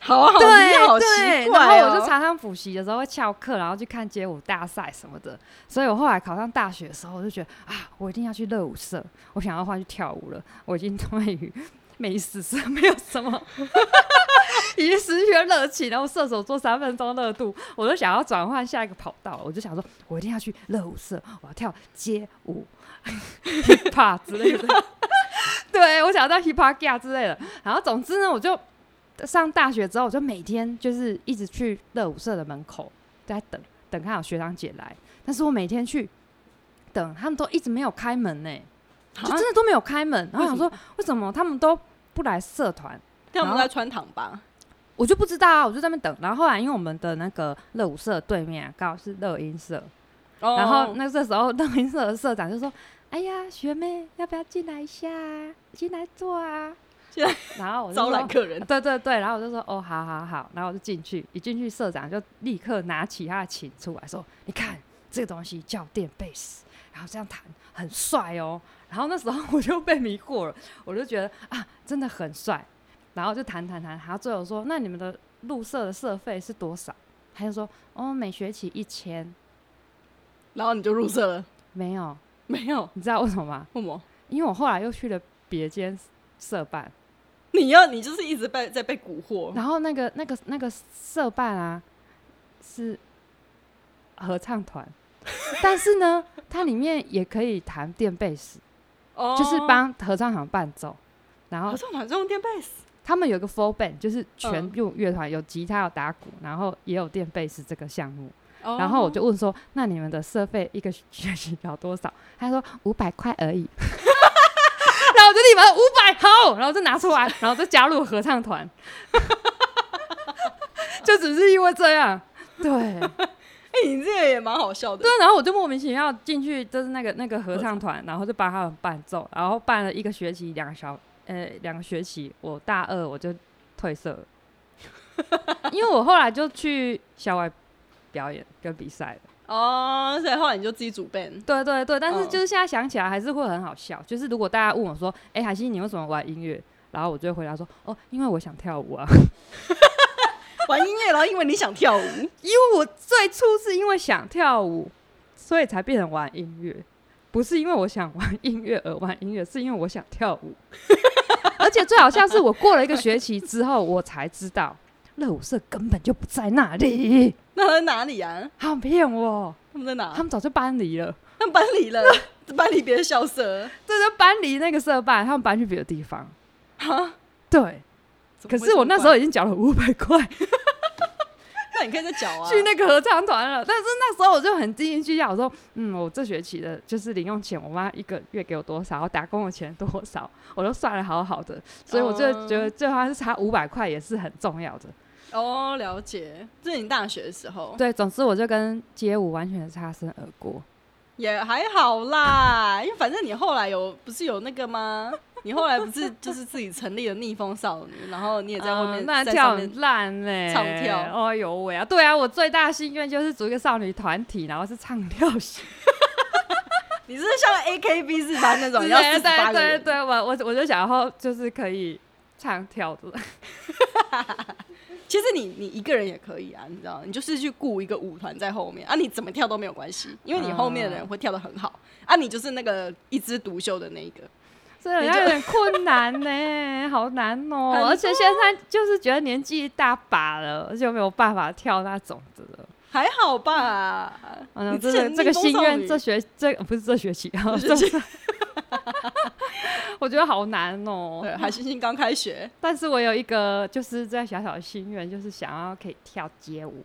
[SPEAKER 1] 好啊，好啊，你好奇怪、哦、
[SPEAKER 2] 然后我就常常补习的时候会翘课，然后去看街舞大赛什么的。所以我后来考上大学的时候，我就觉得啊，我一定要去热舞社，我想要换去跳舞了。我已经对于美食社没有什么。 已经失去了热情，然后射手座三分钟热度，我都想要转换下一个跑道了，我就想说，我一定要去热舞社，我要跳街舞、hip hop 之 类的， 对我想要到 hip hop gear 之类的。然后总之呢，我就上大学之后，我就每天就是一直去热舞社的门口在等等看有学长姐来，但是我每天去等，他们都一直没有开门呢、就
[SPEAKER 1] 啊
[SPEAKER 2] 真的都没有开门。然后想
[SPEAKER 1] 为什
[SPEAKER 2] 说，为什么他们都不来社团？
[SPEAKER 1] 那我们
[SPEAKER 2] 然后
[SPEAKER 1] 在穿堂吧，
[SPEAKER 2] 我就不知道啊，我就在那边等。然后后来因为我们的那个热舞社对面啊，刚好是乐音社，
[SPEAKER 1] 哦
[SPEAKER 2] 然后那这时候乐音社的社长就说：“哎呀，学妹要不要进来一下啊？进来坐啊。”
[SPEAKER 1] 进来，
[SPEAKER 2] 然后我就
[SPEAKER 1] 招揽
[SPEAKER 2] 说。
[SPEAKER 1] 客人，
[SPEAKER 2] 对对对，然后我就说哦，好好好，然后我就进去，一进去社长就立刻拿起他的琴出来说，你看这个东西叫电贝斯，然后这样弹很帅哦。然后那时候我就被迷惑了，我就觉得啊，真的很帅。然后就弹弹弹，然后最后说，那你们的入社的社费是多少？他就说哦，每学期一千，
[SPEAKER 1] 然后你就入社了，
[SPEAKER 2] 没有，
[SPEAKER 1] 没有，
[SPEAKER 2] 你知道为什么吗？
[SPEAKER 1] 为什么？
[SPEAKER 2] 因为我后来又去了别间社办，
[SPEAKER 1] 你要你就是一直被在被蛊惑，
[SPEAKER 2] 然后那个那个那个社办啊，是合唱 团，但是呢，它里面也可以弹电贝斯，
[SPEAKER 1] 哦
[SPEAKER 2] 就是帮合唱团伴奏。然
[SPEAKER 1] 合
[SPEAKER 2] 后
[SPEAKER 1] 唱团是用电贝斯，
[SPEAKER 2] 他们有一个 full band，就是全
[SPEAKER 1] 嗯
[SPEAKER 2] 用乐团，有吉他，有打鼓，然后也有电贝斯这个项目。
[SPEAKER 1] 然
[SPEAKER 2] 然后
[SPEAKER 1] 哦
[SPEAKER 2] 我就问说：“那你们的社费一个学期要多少？”他说：“五百块而已。” 然后我就立马五百好，然后就拿出来，然后就加入合唱团， 就只是因为这样，对对。
[SPEAKER 1] 哎，你这个也蛮好笑的，
[SPEAKER 2] 然后我就莫名其妙进去，就是那个那个合唱团，然后就帮他们伴奏，然后伴了一个学期，两个小呃两个学期，我大二我就退社了， 因为我后来就去校外表演跟比赛了。
[SPEAKER 1] 哦，所以后来你就自己组 band，
[SPEAKER 2] 对对对，但是
[SPEAKER 1] 嗯
[SPEAKER 2] 就是现在想起来还是会很好笑。就是如果大家问我说：“哎、海星，你为什么玩音乐？”然后我就会回答说：“哦，因为我想跳舞啊。
[SPEAKER 1] 玩音乐，然后因为你想跳舞，
[SPEAKER 2] 因为我最初是因为想跳舞，所以才变成玩音乐，不是因为我想玩音乐而玩音乐，是因为我想跳舞。而且最好笑是我过了一个学期之后，我才知道热舞社根本就不在那里，
[SPEAKER 1] 那他在哪里啊？
[SPEAKER 2] 他们骗我，
[SPEAKER 1] 他们在哪？
[SPEAKER 2] 他们早就搬离了。”
[SPEAKER 1] 他们搬离 了，搬离别的校舍，
[SPEAKER 2] 这就搬离那个社办，他们搬去别的地方。对，
[SPEAKER 1] 怎么会
[SPEAKER 2] 可是我那时候已经缴了五百块
[SPEAKER 1] 这么怪，那你可以再缴啊，
[SPEAKER 2] 去那个合唱团了，但是那时候我就很斤斤计较，我说，嗯，我这学期的就是零用钱，我妈一个月给我多少，我打工的钱多少，我都算的好好的，所以我就
[SPEAKER 1] 哦
[SPEAKER 2] 觉得最后还是差五百块也是很重要的。
[SPEAKER 1] 哦，了解，这是你大学的时候，
[SPEAKER 2] 对，总之我就跟街舞完全擦身而过。
[SPEAKER 1] 也还好啦，因为反正你后来有不是有那个吗？你后来不是就是自己成立了逆风少女，然后你也在外面、
[SPEAKER 2] 嗯那
[SPEAKER 1] 在
[SPEAKER 2] 跳
[SPEAKER 1] 上面
[SPEAKER 2] 很烂嘞、
[SPEAKER 1] 唱跳
[SPEAKER 2] 哦呦喂啊！对啊，我最大的心愿就是组一个少女团体，然后是唱 跳型。
[SPEAKER 1] 你是像 A K B 四班那种，
[SPEAKER 2] 对
[SPEAKER 1] 要四十八个
[SPEAKER 2] 对对
[SPEAKER 1] 人，
[SPEAKER 2] 对，我我我就想要就是可以唱跳的，
[SPEAKER 1] 其实你你一个人也可以啊，你知道，你就是去雇一个舞团在后面啊，你怎么跳都没有关系，因为你后面的人会跳得很好、啊，你就是那个一枝独秀的那一个，
[SPEAKER 2] 真的
[SPEAKER 1] 你
[SPEAKER 2] 好像
[SPEAKER 1] 就
[SPEAKER 2] 有点困难呢， 好难哦、
[SPEAKER 1] 很啊
[SPEAKER 2] 而且现在就是觉得年纪大把了，而且又没有办法跳那种的了。
[SPEAKER 1] 还好吧？
[SPEAKER 2] 嗯，
[SPEAKER 1] 你
[SPEAKER 2] 这
[SPEAKER 1] 之
[SPEAKER 2] 个
[SPEAKER 1] 前
[SPEAKER 2] 这个
[SPEAKER 1] 逆风
[SPEAKER 2] 心
[SPEAKER 1] 少
[SPEAKER 2] 愿，
[SPEAKER 1] 女
[SPEAKER 2] 这学这不是这学 期啊，
[SPEAKER 1] 这学
[SPEAKER 2] 这我觉得好难哦、
[SPEAKER 1] 对，海星星刚开学，
[SPEAKER 2] 但是我有一个就是在小小的心愿，就是想要可以跳街舞。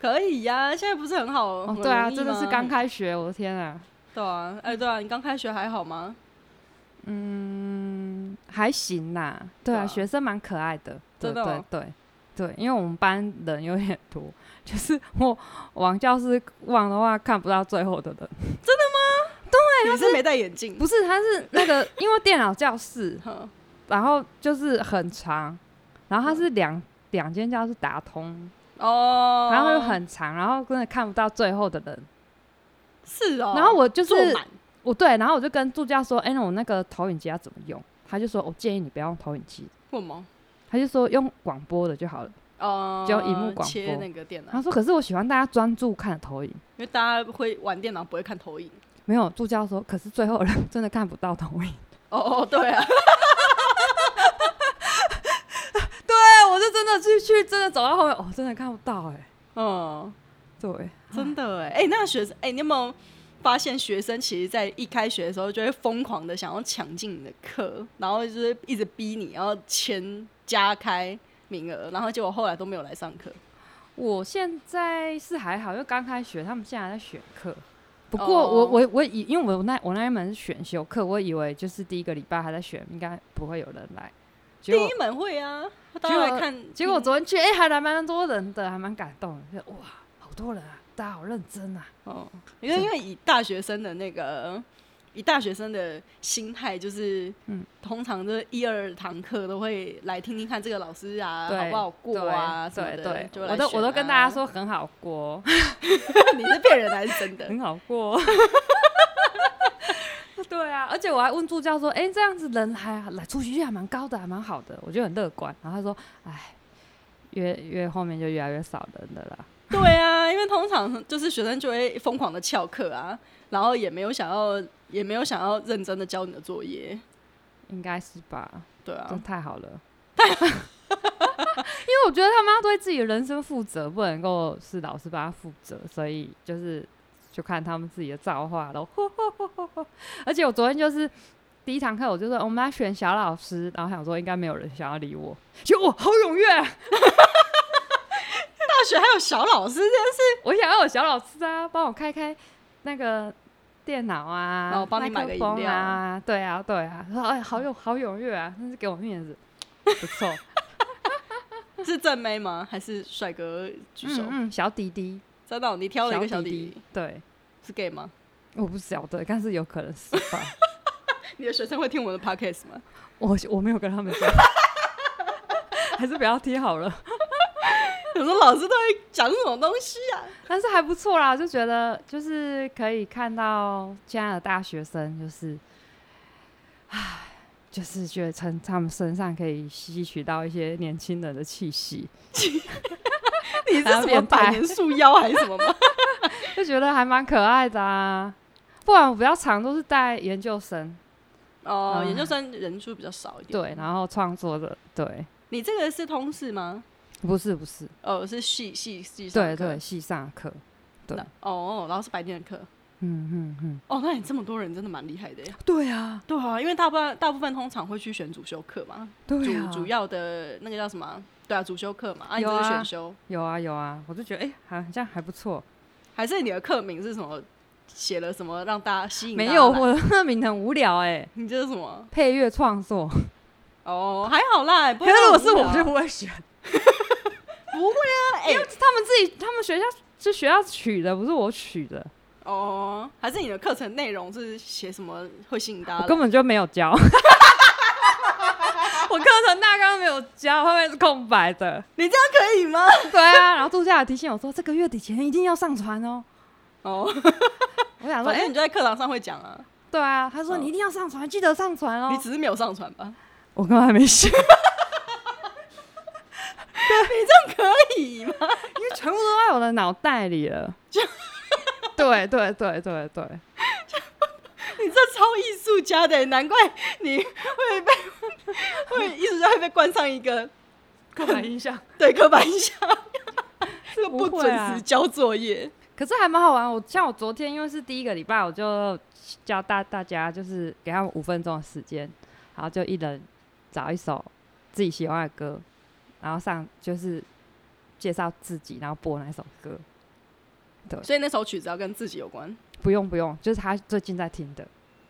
[SPEAKER 1] 可以呀、现在不是很好，
[SPEAKER 2] 哦
[SPEAKER 1] 很，
[SPEAKER 2] 对啊，
[SPEAKER 1] 容易
[SPEAKER 2] 真的是
[SPEAKER 1] 吗
[SPEAKER 2] 刚开学，我的天啊！
[SPEAKER 1] 对啊，哎、对啊，你刚开学还好吗？
[SPEAKER 2] 嗯，还行啦，对
[SPEAKER 1] 对
[SPEAKER 2] 啊，
[SPEAKER 1] 啊
[SPEAKER 2] 学生蛮可爱的，对
[SPEAKER 1] 真的
[SPEAKER 2] 对
[SPEAKER 1] 哦
[SPEAKER 2] 对对，因为我们班人有点多， 就是我往教室望的话看不到最后的人，啊
[SPEAKER 1] 对，你是没戴眼 镜
[SPEAKER 2] 不。是，他是那个因为电脑教室，
[SPEAKER 1] 哼
[SPEAKER 2] 然后就是很长，然后它是两两间教室打通，
[SPEAKER 1] 哦，
[SPEAKER 2] 然后又很长，然后真的看不到最后的人，
[SPEAKER 1] 是哦，
[SPEAKER 2] 然后我就
[SPEAKER 1] 坐
[SPEAKER 2] 是
[SPEAKER 1] 满
[SPEAKER 2] 我对，然后我就跟助教说，哎、那我那个投影机要怎么用？他就说，我建议你不要用投影机，
[SPEAKER 1] 为什么？
[SPEAKER 2] 他就说用广播的就好了。
[SPEAKER 1] 哦，
[SPEAKER 2] 就荧幕广播
[SPEAKER 1] 切那个电脑，
[SPEAKER 2] 他
[SPEAKER 1] 因
[SPEAKER 2] 说：“可是我喜欢大家专注看投影。
[SPEAKER 1] 为大家会玩电脑不会看投影。”
[SPEAKER 2] 没有助教说：“可是最后人真的看不到投影。
[SPEAKER 1] 哦哦，对啊，”
[SPEAKER 2] 哎对，我就真的去去真的走到后面，哦，真的看不到哎、
[SPEAKER 1] 嗯，
[SPEAKER 2] 对，
[SPEAKER 1] 真的
[SPEAKER 2] 欸
[SPEAKER 1] 哎、哎、那学生哎、你有没有发现学生其实，在一开学的时候就会疯狂的想要抢进你的课，然后就是一直逼你要签加开名额，然后结果后来都没有来上课。
[SPEAKER 2] 我现在是还好，因为刚开学，他们现在还在选课。不过我、
[SPEAKER 1] 哦
[SPEAKER 2] 我我以因为我那我那一门是选修课，我以为就是第一个礼拜还在选，应该不会有人来。
[SPEAKER 1] 第
[SPEAKER 2] 结果
[SPEAKER 1] 一门会啊，大家来看，
[SPEAKER 2] 结果我昨天去，哎、还来蛮多人的，还蛮感动的。就哇，好多人啊，大家好认真啊。
[SPEAKER 1] 哦，因为因为以大学生的那个，以大学生的心态，就是，
[SPEAKER 2] 嗯
[SPEAKER 1] 通常就是一二堂课都会来听听看这个老师啊
[SPEAKER 2] 对
[SPEAKER 1] 好不好过啊什么
[SPEAKER 2] 对
[SPEAKER 1] 的，
[SPEAKER 2] 对
[SPEAKER 1] 就
[SPEAKER 2] 对，
[SPEAKER 1] 来
[SPEAKER 2] 我都
[SPEAKER 1] 选
[SPEAKER 2] 我都跟大
[SPEAKER 1] 啊
[SPEAKER 2] 家，说 很好过，
[SPEAKER 1] 你是骗人还是真的？
[SPEAKER 2] 很好过。 对啊，而且我还问助教说：“哎、这样子人还来出席率还蛮高的，还蛮好的，我觉得很乐观。”然后他说：“哎，越越后面就越来越少人的啦。
[SPEAKER 1] 对啊，因为通常就是学生就会疯狂的翘课啊，然后也没有想要也没有想要认真的交你的作业，”
[SPEAKER 2] 应该是吧，
[SPEAKER 1] 对啊
[SPEAKER 2] 真，太 好了，因为我觉得他们要对自己的人生负责，不能够是老师帮他负责，所以就是就看他们自己的造化咯。 而且我昨天就是第一堂课，我就说哦我们要选小老师，然后想说应该没有人想要理我，结果我好踊跃啊，
[SPEAKER 1] 大学还有小老师，
[SPEAKER 2] 我想要有小老师啊，帮我开开那个。电脑啊，
[SPEAKER 1] 然后哦帮你买个饮料
[SPEAKER 2] 麦克风啊，对啊，对啊，说哎，好有好踊跃啊，真是给我面子，不错，
[SPEAKER 1] 是正妹吗？还是帅哥 举手？
[SPEAKER 2] 嗯嗯，小弟弟，
[SPEAKER 1] 真的哦、你挑了一个小弟
[SPEAKER 2] 弟
[SPEAKER 1] 弟，
[SPEAKER 2] 对，
[SPEAKER 1] 是 gay 吗？
[SPEAKER 2] 我不晓得，但是有可能是吧。
[SPEAKER 1] 你的学生会听我们的 podcast 吗？
[SPEAKER 2] 我我没有跟他们讲， 还是不要贴好了。
[SPEAKER 1] 有时候老师都会讲什么东西啊？
[SPEAKER 2] 但是还不错啦，就觉得就是可以看到现在的大学生，就是，唉，就是觉得从他们身上可以吸取到一些年轻人的气息，
[SPEAKER 1] 你是什么百年树妖还是什么 吗？
[SPEAKER 2] 就觉得还蛮可爱的啊。不然我比较常都是带研究生，
[SPEAKER 1] 哦，
[SPEAKER 2] 嗯
[SPEAKER 1] 研究生人数比较少一点。
[SPEAKER 2] 对，，然后创作的，对，
[SPEAKER 1] 你这个是通识吗？
[SPEAKER 2] 不是不是，
[SPEAKER 1] 哦，是系系系上
[SPEAKER 2] 对
[SPEAKER 1] 课
[SPEAKER 2] 对，系上课，对
[SPEAKER 1] 那哦，然后是白天的课。
[SPEAKER 2] 嗯嗯嗯，
[SPEAKER 1] 哦，那你这么多人真的蛮厉害的耶。
[SPEAKER 2] 对啊，
[SPEAKER 1] 对啊，因为大部分大部分通常会去选主修课嘛，
[SPEAKER 2] 对啊
[SPEAKER 1] 主，主要的那个叫什么啊？对啊，主修课嘛，啊，你
[SPEAKER 2] 有
[SPEAKER 1] 这是
[SPEAKER 2] 啊
[SPEAKER 1] 选修，
[SPEAKER 2] 有啊有啊，我就觉得哎、好像这样还不错。
[SPEAKER 1] 还是你的课名是什么？写了什么让大家吸引大
[SPEAKER 2] 没
[SPEAKER 1] 家来？
[SPEAKER 2] 有，我的那名很无聊哎、
[SPEAKER 1] 你这是什么？
[SPEAKER 2] 配乐创作。
[SPEAKER 1] 哦，还好啦，不
[SPEAKER 2] 可
[SPEAKER 1] 会
[SPEAKER 2] 是
[SPEAKER 1] 让无
[SPEAKER 2] 如果是我
[SPEAKER 1] 聊
[SPEAKER 2] 就不会选，
[SPEAKER 1] 哎
[SPEAKER 2] 因为他们自己他们学校是学校取的，不是我取的，
[SPEAKER 1] 哦，还是你的课程内容是写什么会吸引大
[SPEAKER 2] 我
[SPEAKER 1] 家来？
[SPEAKER 2] 根本就没有教。 我课程大纲没有教，后面是空白的。
[SPEAKER 1] 你这样可以吗？
[SPEAKER 2] 对啊，然后助教也提醒我说，这个月底前一定要上传哦。
[SPEAKER 1] 哦，
[SPEAKER 2] 我想说，
[SPEAKER 1] 反
[SPEAKER 2] 哎、
[SPEAKER 1] 正你就在课堂上会讲啊，
[SPEAKER 2] 对啊，他说
[SPEAKER 1] 哦
[SPEAKER 2] 你一定要上传，记得上传哦
[SPEAKER 1] 你。只是没有上传吧？
[SPEAKER 2] 我根本还没写，
[SPEAKER 1] 可以吗？
[SPEAKER 2] 因为全部都在我的脑袋里 了。对对对对对。
[SPEAKER 1] 你这超艺术家的，难怪你会被会艺术家会被冠上一个
[SPEAKER 2] 刻板印 象。
[SPEAKER 1] 对刻板印象，这个不
[SPEAKER 2] 不会啊
[SPEAKER 1] 准时交作业。
[SPEAKER 2] 可是还蛮好玩，我像我昨天因为是第一个礼拜，我就教大大家就是给他们五分钟的时间，然后就一人找一首自己喜欢的歌，然后上就是介绍自己，然后播那首歌。
[SPEAKER 1] 所以那首曲子要跟自己有关
[SPEAKER 2] 不用不用，就是他最近在听的，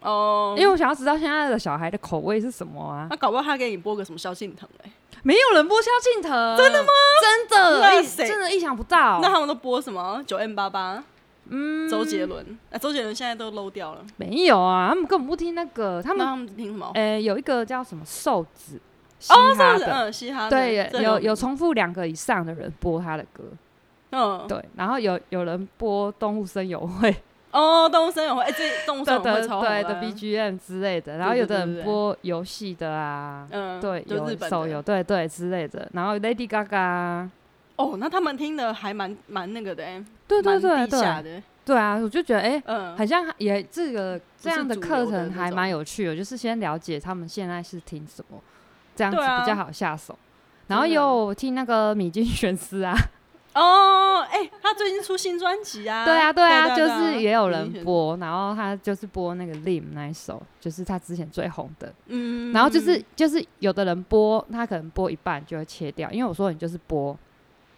[SPEAKER 1] 哦，
[SPEAKER 2] 因为我想要知道现在的小孩的口味是什么啊
[SPEAKER 1] 那。搞不好他给你播个什么萧敬腾哎，
[SPEAKER 2] 没有人播萧敬腾，真的吗？真的，
[SPEAKER 1] 那
[SPEAKER 2] 意
[SPEAKER 1] 谁
[SPEAKER 2] 啊真的意想不到
[SPEAKER 1] 那。他们都播什么九 M 八八、
[SPEAKER 2] 嗯，
[SPEAKER 1] 周杰伦？啊，周杰伦现在都 low 掉了，
[SPEAKER 2] 没有啊，他们根本不听那个，他
[SPEAKER 1] 那
[SPEAKER 2] 们
[SPEAKER 1] 他们听什么？
[SPEAKER 2] 呃有一个叫什么瘦子，
[SPEAKER 1] 哦，
[SPEAKER 2] 嘻哈
[SPEAKER 1] 是
[SPEAKER 2] 的
[SPEAKER 1] 嗯，嘻哈的
[SPEAKER 2] 对，
[SPEAKER 1] 这
[SPEAKER 2] 有
[SPEAKER 1] 名
[SPEAKER 2] 有重复两个以上的人播他的歌，
[SPEAKER 1] 嗯，
[SPEAKER 2] 对，然后有有人播《动物声友会》
[SPEAKER 1] 哦，动物森友会，哎，这动物森
[SPEAKER 2] 的
[SPEAKER 1] 友会
[SPEAKER 2] 的
[SPEAKER 1] 超红
[SPEAKER 2] 对的
[SPEAKER 1] 啊
[SPEAKER 2] BGM 之类的，然后
[SPEAKER 1] 对
[SPEAKER 2] 有
[SPEAKER 1] 对
[SPEAKER 2] 的
[SPEAKER 1] 对对
[SPEAKER 2] 人播游戏的啊，
[SPEAKER 1] 嗯，
[SPEAKER 2] 对，
[SPEAKER 1] 就日
[SPEAKER 2] 有
[SPEAKER 1] 本
[SPEAKER 2] 手
[SPEAKER 1] 的
[SPEAKER 2] 游，对对之类的，然后 Lady Gaga，
[SPEAKER 1] 哦，那他们听的还蛮蛮那个的，哎，
[SPEAKER 2] 对对
[SPEAKER 1] 蛮
[SPEAKER 2] 对
[SPEAKER 1] 地下
[SPEAKER 2] 对，
[SPEAKER 1] 的，
[SPEAKER 2] 对啊，我就觉得哎。
[SPEAKER 1] 嗯，
[SPEAKER 2] 好像也这个这样的
[SPEAKER 1] 主
[SPEAKER 2] 课
[SPEAKER 1] 流的
[SPEAKER 2] 程
[SPEAKER 1] 那
[SPEAKER 2] 还
[SPEAKER 1] 种
[SPEAKER 2] 蛮有趣的，就是先了解他们现在是听什么，这样子
[SPEAKER 1] 对啊
[SPEAKER 2] 比较好下手。然后也有听那个米津玄师啊，
[SPEAKER 1] 哦，哎，他最近出新专辑啊，
[SPEAKER 2] 对啊，对啊，就
[SPEAKER 1] 对
[SPEAKER 2] 是也有人，
[SPEAKER 1] 明显
[SPEAKER 2] 播，然后他就是播那个《Lim》那一首，就是他之前最红的。
[SPEAKER 1] 嗯
[SPEAKER 2] 然后就是就是有的人播，他可能播一半就会切掉，因为我说你就是播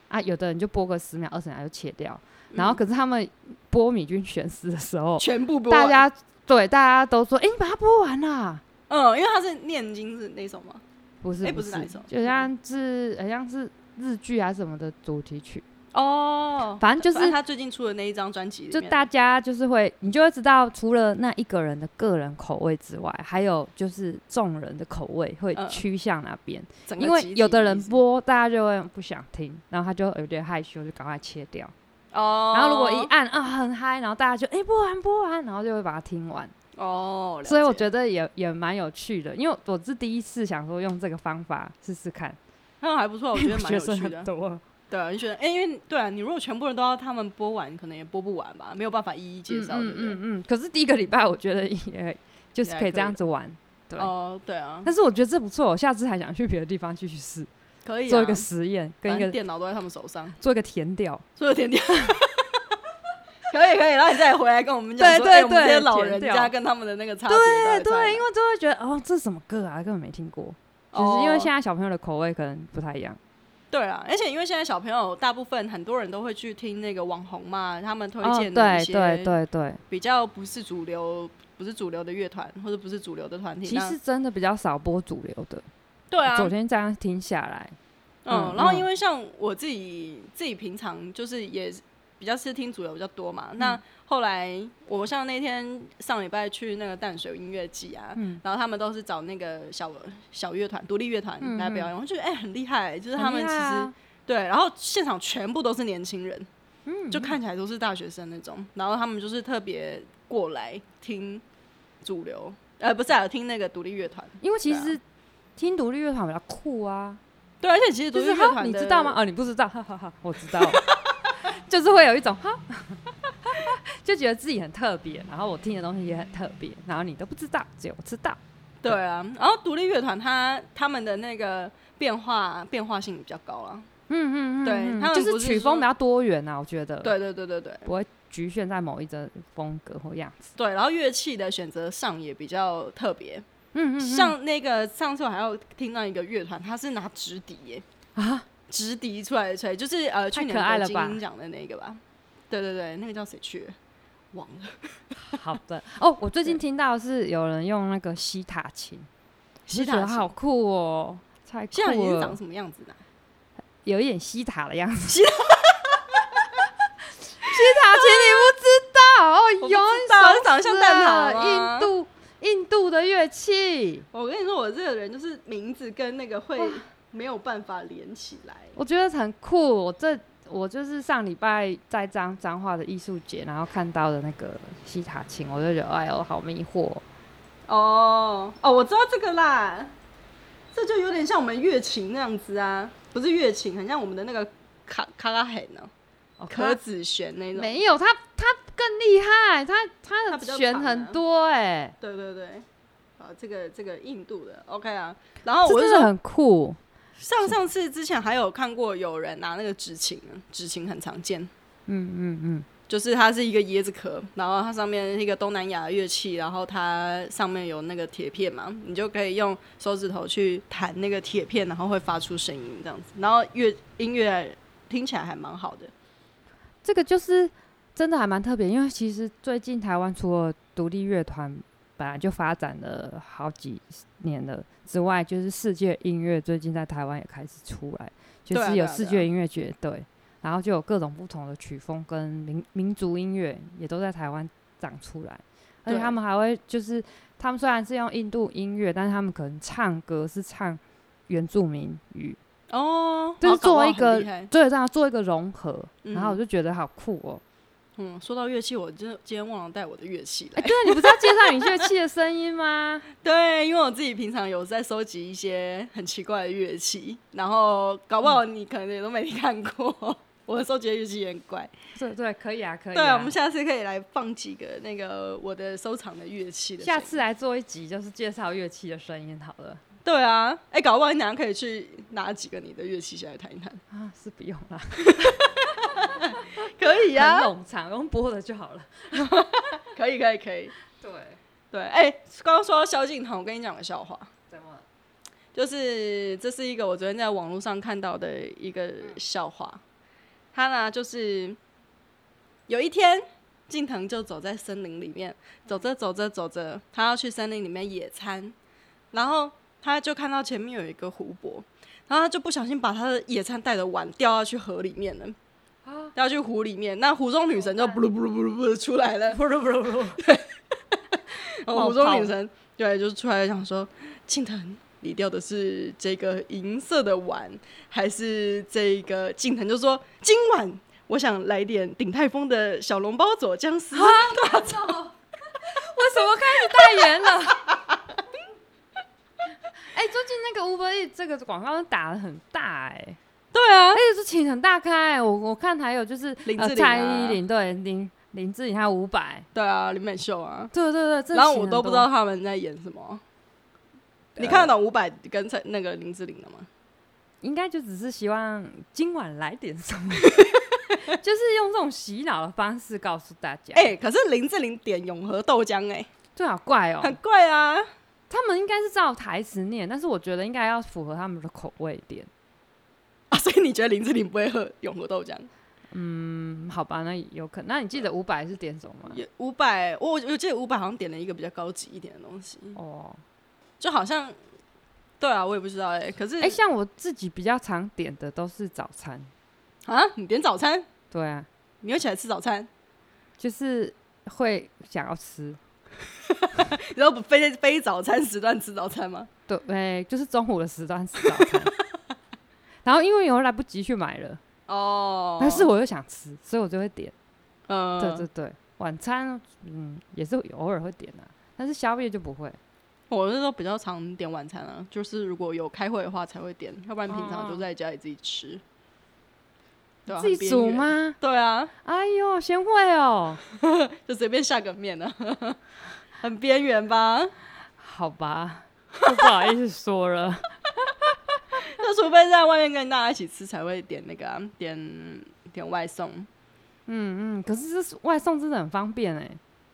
[SPEAKER 2] 啊，有的人就播个十秒、二十秒就切掉。
[SPEAKER 1] 嗯
[SPEAKER 2] 然后可是他们播米君玄师的时候，
[SPEAKER 1] 全部播
[SPEAKER 2] 大
[SPEAKER 1] 完，
[SPEAKER 2] 家对大家都说：“哎、你把它播完啦
[SPEAKER 1] 嗯，因为他是念经是那首吗？！”
[SPEAKER 2] 不是
[SPEAKER 1] 诶
[SPEAKER 2] 不
[SPEAKER 1] 哎不是哪一首
[SPEAKER 2] 就像是好像是日剧还是什么的主题曲，
[SPEAKER 1] 哦，
[SPEAKER 2] 反正就
[SPEAKER 1] 反正
[SPEAKER 2] 是
[SPEAKER 1] 他最近出的那一张专辑里
[SPEAKER 2] 就
[SPEAKER 1] 面，
[SPEAKER 2] 大家就是会，你就会知道，除了那一个人的个人口味之外，还有就是众人的口味会
[SPEAKER 1] 嗯
[SPEAKER 2] 趋向哪边。
[SPEAKER 1] 整个
[SPEAKER 2] 因为
[SPEAKER 1] 集体
[SPEAKER 2] 有的人
[SPEAKER 1] 意思
[SPEAKER 2] 播，大家就会不想听，然后他就有点害羞，就赶快切掉。
[SPEAKER 1] 哦，
[SPEAKER 2] 然后如果一按啊很嗨，然后大家就哎、播完播完，然后就会把它听完。
[SPEAKER 1] 哦，
[SPEAKER 2] 所以我
[SPEAKER 1] 得
[SPEAKER 2] 觉得也也蛮有趣的，因为我是第一次想说用这个方法试试看，
[SPEAKER 1] 那还不错，我觉得蛮
[SPEAKER 2] 学
[SPEAKER 1] 有
[SPEAKER 2] 生
[SPEAKER 1] 趣
[SPEAKER 2] 很
[SPEAKER 1] 的。
[SPEAKER 2] 多。
[SPEAKER 1] 对啊，就觉得哎、因为对啊，你如果全部人都要他们播完，可能也播不完吧，没有办法一一介绍，
[SPEAKER 2] 嗯
[SPEAKER 1] 对不对？
[SPEAKER 2] 嗯嗯。可是第一个礼拜我觉得也就是
[SPEAKER 1] 也还
[SPEAKER 2] 可以
[SPEAKER 1] 可
[SPEAKER 2] 这
[SPEAKER 1] 以
[SPEAKER 2] 样子玩，对
[SPEAKER 1] 哦，对啊，
[SPEAKER 2] 但是我觉得这不错，我下次还想去别的地方继续试，
[SPEAKER 1] 可以、啊、
[SPEAKER 2] 做一个实验，跟
[SPEAKER 1] 反
[SPEAKER 2] 一
[SPEAKER 1] 正
[SPEAKER 2] 个
[SPEAKER 1] 电脑都在他们手上，
[SPEAKER 2] 做一个填调。
[SPEAKER 1] 做个甜点。 可以可以，然后你再回来跟我们讲说，
[SPEAKER 2] 对对
[SPEAKER 1] 哎我们这
[SPEAKER 2] 对
[SPEAKER 1] 些老
[SPEAKER 2] 填
[SPEAKER 1] 人
[SPEAKER 2] 掉
[SPEAKER 1] 家跟他们的那个差别
[SPEAKER 2] 对
[SPEAKER 1] 到底在哪。
[SPEAKER 2] 对，因为就会觉得哦，这是什么歌啊，根本没听过。就是因为现在小朋友的口味可能不太一样，
[SPEAKER 1] 哦对啊，而且因为现在小朋友大部分很多人都会去听那个网红嘛，他们推
[SPEAKER 2] 哦，
[SPEAKER 1] 荐的一
[SPEAKER 2] 对
[SPEAKER 1] 些
[SPEAKER 2] 对对对，
[SPEAKER 1] 比较不是主流、不是主流的乐团或者不是主流的团体。
[SPEAKER 2] 其
[SPEAKER 1] 那
[SPEAKER 2] 实真的比较少播主流的。
[SPEAKER 1] 对啊，
[SPEAKER 2] 昨天这样听下来，
[SPEAKER 1] 嗯
[SPEAKER 2] 嗯，
[SPEAKER 1] 然后
[SPEAKER 2] 嗯
[SPEAKER 1] 因为像我自己自己平常就是也比较是听主流比较多
[SPEAKER 2] 嗯
[SPEAKER 1] 嘛，那后来我像那天上礼拜去那个淡水音乐季啊，
[SPEAKER 2] 嗯
[SPEAKER 1] 然后他们都是找那个小小乐团、独立乐团
[SPEAKER 2] 嗯
[SPEAKER 1] 来表演，我就觉得哎、很厉害，就是
[SPEAKER 2] 很
[SPEAKER 1] 他们
[SPEAKER 2] 厉
[SPEAKER 1] 其
[SPEAKER 2] 害
[SPEAKER 1] 实、
[SPEAKER 2] 啊
[SPEAKER 1] 对，然后现场全部都是年轻人，
[SPEAKER 2] 嗯
[SPEAKER 1] 就看起来都是大学生那种，然后他们就是特别过来听主流，呃，不是啊，听那个独立乐团，
[SPEAKER 2] 因为其
[SPEAKER 1] 对啊
[SPEAKER 2] 实听独立乐团比较酷啊，
[SPEAKER 1] 对，而且其实独
[SPEAKER 2] 就
[SPEAKER 1] 立
[SPEAKER 2] 是
[SPEAKER 1] 乐
[SPEAKER 2] 哈，
[SPEAKER 1] 团
[SPEAKER 2] 你
[SPEAKER 1] 的
[SPEAKER 2] 知道吗？？哦，你不知道，哈哈哈，我知 道，就是会有一种哈，就觉得自己很特别，然后我听的东西也很特别，然后你都不知道，只有我知道。
[SPEAKER 1] 对啊，然后独立乐团它他们的那个变化变化性比较高啊。
[SPEAKER 2] 嗯嗯
[SPEAKER 1] 对他们
[SPEAKER 2] 就
[SPEAKER 1] 不是
[SPEAKER 2] 是曲
[SPEAKER 1] 说
[SPEAKER 2] 风比较多元啊，我觉得，，
[SPEAKER 1] 对对对对对
[SPEAKER 2] 不会局限在某一种风格或样子。
[SPEAKER 1] 对，然后乐器的选择上也比较特别。
[SPEAKER 2] 嗯嗯，嗯
[SPEAKER 1] 像那个上次我还有听到一个乐团，他是拿直笛耶
[SPEAKER 2] 啊，
[SPEAKER 1] 直笛出来吹，就是呃去
[SPEAKER 2] 太
[SPEAKER 1] 年
[SPEAKER 2] 可爱
[SPEAKER 1] 的
[SPEAKER 2] 了
[SPEAKER 1] 金
[SPEAKER 2] 吧
[SPEAKER 1] 鹰奖的那个吧。对对对，那个叫谁去？忘了。
[SPEAKER 2] 好 的哦，我最近
[SPEAKER 1] 对
[SPEAKER 2] 听到是有人用那个西塔琴，
[SPEAKER 1] 西
[SPEAKER 2] 我
[SPEAKER 1] 塔
[SPEAKER 2] 就觉得
[SPEAKER 1] 琴
[SPEAKER 2] 好酷哦，太酷
[SPEAKER 1] 现在已经
[SPEAKER 2] 了，
[SPEAKER 1] 长什么样子呢？
[SPEAKER 2] 有一点西塔的样子。
[SPEAKER 1] 西
[SPEAKER 2] 西塔琴你不
[SPEAKER 1] 我不
[SPEAKER 2] 知道？哦，
[SPEAKER 1] 知道
[SPEAKER 2] 有一首
[SPEAKER 1] 长得像蛋挞
[SPEAKER 2] 是
[SPEAKER 1] 吗
[SPEAKER 2] 印度印度的乐器，
[SPEAKER 1] 我跟你说，我这个人就是名字跟那个会没有办法连起来。
[SPEAKER 2] 我觉得很酷。我这我就是上礼拜在彰彰化的艺术节，然后看到的那个西塔琴，我就觉得哎呦，好迷惑哦。
[SPEAKER 1] 哦哦，我知道这个啦，这就有点像我们乐琴那样子啊，不是乐琴，很像我们的那个卡卡拉海呢，
[SPEAKER 2] 哦
[SPEAKER 1] 壳子弦那种。
[SPEAKER 2] 没有，他他更厉害，他
[SPEAKER 1] 它
[SPEAKER 2] 他
[SPEAKER 1] 比
[SPEAKER 2] 的
[SPEAKER 1] 较
[SPEAKER 2] 弦
[SPEAKER 1] 长啊
[SPEAKER 2] 很多哎、
[SPEAKER 1] 对对对，啊，这个这个印度的 OK 啊。然后
[SPEAKER 2] 这
[SPEAKER 1] 我就
[SPEAKER 2] 真的
[SPEAKER 1] 说，
[SPEAKER 2] 很酷。
[SPEAKER 1] 上上次之前还有看过有人拿那个纸琴，纸琴很常见。
[SPEAKER 2] 嗯嗯嗯，
[SPEAKER 1] 就是它是一个椰子壳，然后它上面是一个东南亚的乐器，然后它上面有那个铁片嘛，你就可以用手指头去弹那个铁片，然后会发出声音这样子，然后乐音乐听起来还蛮好的。
[SPEAKER 2] 这个就是真的还蛮特别，因为其实最近台湾除了独立乐团本来就发展了好几年了之外，就是世界音乐最近在台湾也开始出来，就
[SPEAKER 1] 对啊
[SPEAKER 2] 是
[SPEAKER 1] 对
[SPEAKER 2] 有
[SPEAKER 1] 啊
[SPEAKER 2] 世
[SPEAKER 1] 对啊
[SPEAKER 2] 界音乐节对，然后就有各种不同的曲风跟民民族音乐也都在台湾长出来，而且
[SPEAKER 1] 对
[SPEAKER 2] 他们还会就是他们虽然是用印度音乐，但是他们可能唱歌是唱原住民语，
[SPEAKER 1] 哦，
[SPEAKER 2] 就是
[SPEAKER 1] 搞不
[SPEAKER 2] 做
[SPEAKER 1] 好
[SPEAKER 2] 一个
[SPEAKER 1] 很厉害
[SPEAKER 2] 对，这样做一个融合，然后我
[SPEAKER 1] 嗯
[SPEAKER 2] 就觉得好酷哦、
[SPEAKER 1] 嗯，说到乐器，我真的今天忘了带我的乐器
[SPEAKER 2] 哎、
[SPEAKER 1] 来。
[SPEAKER 2] 对，你不是要介绍你乐器的声音吗？
[SPEAKER 1] 对，因为我自己平常有在收集一些很奇怪的乐器，然后搞不好你可能也都没看过，我收集的乐器也很怪。
[SPEAKER 2] 对对，可以啊，可以、
[SPEAKER 1] 对啊，我们下次可以来放几个那个我的收藏的乐器的声音。
[SPEAKER 2] 下次来做一集，就是介绍乐器的声音好了。
[SPEAKER 1] 对啊，哎、搞不好你等下可以去拿几个你的乐器下来弹一弹，
[SPEAKER 2] 啊，是不用啦，
[SPEAKER 1] 可以
[SPEAKER 2] 很
[SPEAKER 1] 啊，
[SPEAKER 2] 冗长，用播的就好了。
[SPEAKER 1] 可以可以可以，
[SPEAKER 2] 对，
[SPEAKER 1] 对，哎、刚刚说到萧敬腾，我跟你讲个笑话，
[SPEAKER 2] 怎么？
[SPEAKER 1] 就是这是一个我昨天在网络上看到的一个笑话。他呢，就是有一天，近藤就走在森林里面，走着走着走着，他要去森林里面野餐，然后他就看到前面有一个湖泊，然后他就不小心把他的野餐袋的碗掉下去河里面了。掉下去湖里面，那湖中女神就
[SPEAKER 2] 怎
[SPEAKER 1] 布鲁布鲁布鲁布鲁出来了，
[SPEAKER 2] 不不不不，
[SPEAKER 1] 然后
[SPEAKER 2] 冒
[SPEAKER 1] 湖中
[SPEAKER 2] 泡
[SPEAKER 1] 女神对，就是出来想说，庆藤，你掉的是这个银色的碗，还是这个？庆藤就说，今晚我想来点鼎泰丰的小笼包佐姜丝。
[SPEAKER 2] 为什么开始代言了？ 哎、最近那个 Uber E 这个广告打的很大哎、
[SPEAKER 1] 对啊
[SPEAKER 2] 而，且是请很大开、我我看还有就是
[SPEAKER 1] 林
[SPEAKER 2] 呃
[SPEAKER 1] 志玲
[SPEAKER 2] 蔡
[SPEAKER 1] 啊
[SPEAKER 2] 依林对林林志颖还有伍佰，
[SPEAKER 1] 对啊，林美秀啊。
[SPEAKER 2] 对对对，真的
[SPEAKER 1] 然后
[SPEAKER 2] 请
[SPEAKER 1] 我
[SPEAKER 2] 很
[SPEAKER 1] 都不知
[SPEAKER 2] 多啊
[SPEAKER 1] 道他们在演什么。你看得懂伍佰跟蔡那个林志玲的吗？
[SPEAKER 2] 应该就只是希望今晚来点什 么，就是用这种洗脑的方式告诉大家。
[SPEAKER 1] 哎、可是林志玲点永和豆浆、欸，
[SPEAKER 2] 对，好怪哦、
[SPEAKER 1] 哎，很怪啊。
[SPEAKER 2] 他们应该是照台词念，但是我觉得应该要符合他们的口味点。
[SPEAKER 1] 啊，所以你觉得林志玲不会喝永和豆浆？
[SPEAKER 2] 嗯，好吧，那有可能。那你记得伍佰是点什么吗？
[SPEAKER 1] 也五百，我我记得五百好像点了一个比较高级一点的东西，
[SPEAKER 2] 哦，
[SPEAKER 1] 就好像，对啊，我也不知道哎、可是
[SPEAKER 2] 哎、像我自己比较常点的都是早餐，
[SPEAKER 1] 啊，你点早餐，
[SPEAKER 2] 对啊，
[SPEAKER 1] 你会起来吃早餐，
[SPEAKER 2] 就是会想要吃。
[SPEAKER 1] 然后不非非早餐时段吃早餐吗？
[SPEAKER 2] 对，哎，就是中午的时段吃早 餐。然后因为有来不及去买了，
[SPEAKER 1] 哦，
[SPEAKER 2] 但是我又想吃，所以我就会点。
[SPEAKER 1] 嗯，
[SPEAKER 2] 对对对，晚餐嗯也是偶尔会点的、但是宵夜就不会。
[SPEAKER 1] 我那时候比较常点晚餐啊，就是如果有开会的话才会点，要不然平常就在家里自己吃，对啊，
[SPEAKER 2] 自己煮
[SPEAKER 1] 很边缘？
[SPEAKER 2] 吗？
[SPEAKER 1] 对啊，
[SPEAKER 2] 哎呦，贤惠哦，
[SPEAKER 1] 就随便下个面啊， 很边缘吧？
[SPEAKER 2] 好吧，我不好意思说了。
[SPEAKER 1] 那除非在外面跟大家一起吃才会点那个、啊、点点外送。
[SPEAKER 2] 嗯嗯，可是这是外送真的很方便哎、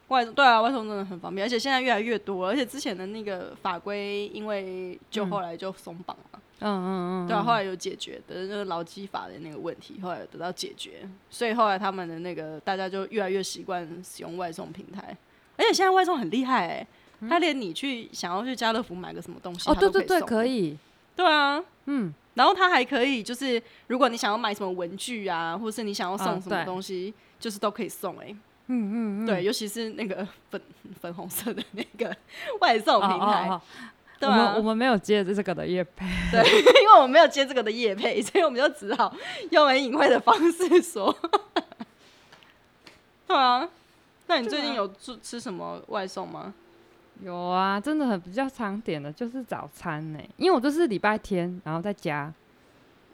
[SPEAKER 1] 外对啊，外送真的很方便，而且现在越来越多，而且之前的那个法规因为就
[SPEAKER 2] 嗯
[SPEAKER 1] 后来就松绑了嘛，
[SPEAKER 2] 嗯嗯嗯，
[SPEAKER 1] 对啊，后来有解决的，就是劳基法的那个问题，后来有得到解决，所以后来他们的那个大家就越来越习惯使用外送平台，而且现在外送很厉害哎、他连你去想要去家乐福买个什么东西，
[SPEAKER 2] 嗯哦，
[SPEAKER 1] 他
[SPEAKER 2] 对
[SPEAKER 1] 都
[SPEAKER 2] 对对，
[SPEAKER 1] 送
[SPEAKER 2] 可，以，
[SPEAKER 1] 对啊，
[SPEAKER 2] 嗯，
[SPEAKER 1] 然后他还可以就是如果你想要买什么文具啊，或是你想要送
[SPEAKER 2] 啊
[SPEAKER 1] 什么
[SPEAKER 2] 对
[SPEAKER 1] 东西，就是都可以送哎、
[SPEAKER 2] 嗯嗯嗯，
[SPEAKER 1] 对，尤其是那个粉粉红色的那个外送
[SPEAKER 2] 哦
[SPEAKER 1] 平
[SPEAKER 2] 哦
[SPEAKER 1] 台，
[SPEAKER 2] 哦
[SPEAKER 1] 对
[SPEAKER 2] 我
[SPEAKER 1] 啊
[SPEAKER 2] 们我，们没有接这个的业配，
[SPEAKER 1] 因为我们没有接这个的业配，所以我们就只好用很隐晦的方式说。 对啊，那你最近
[SPEAKER 2] 对啊
[SPEAKER 1] 有吃吃什么外送吗？
[SPEAKER 2] 有啊，真的很比较常点的就是早餐呢、欸因为我就是礼拜天，然后在家，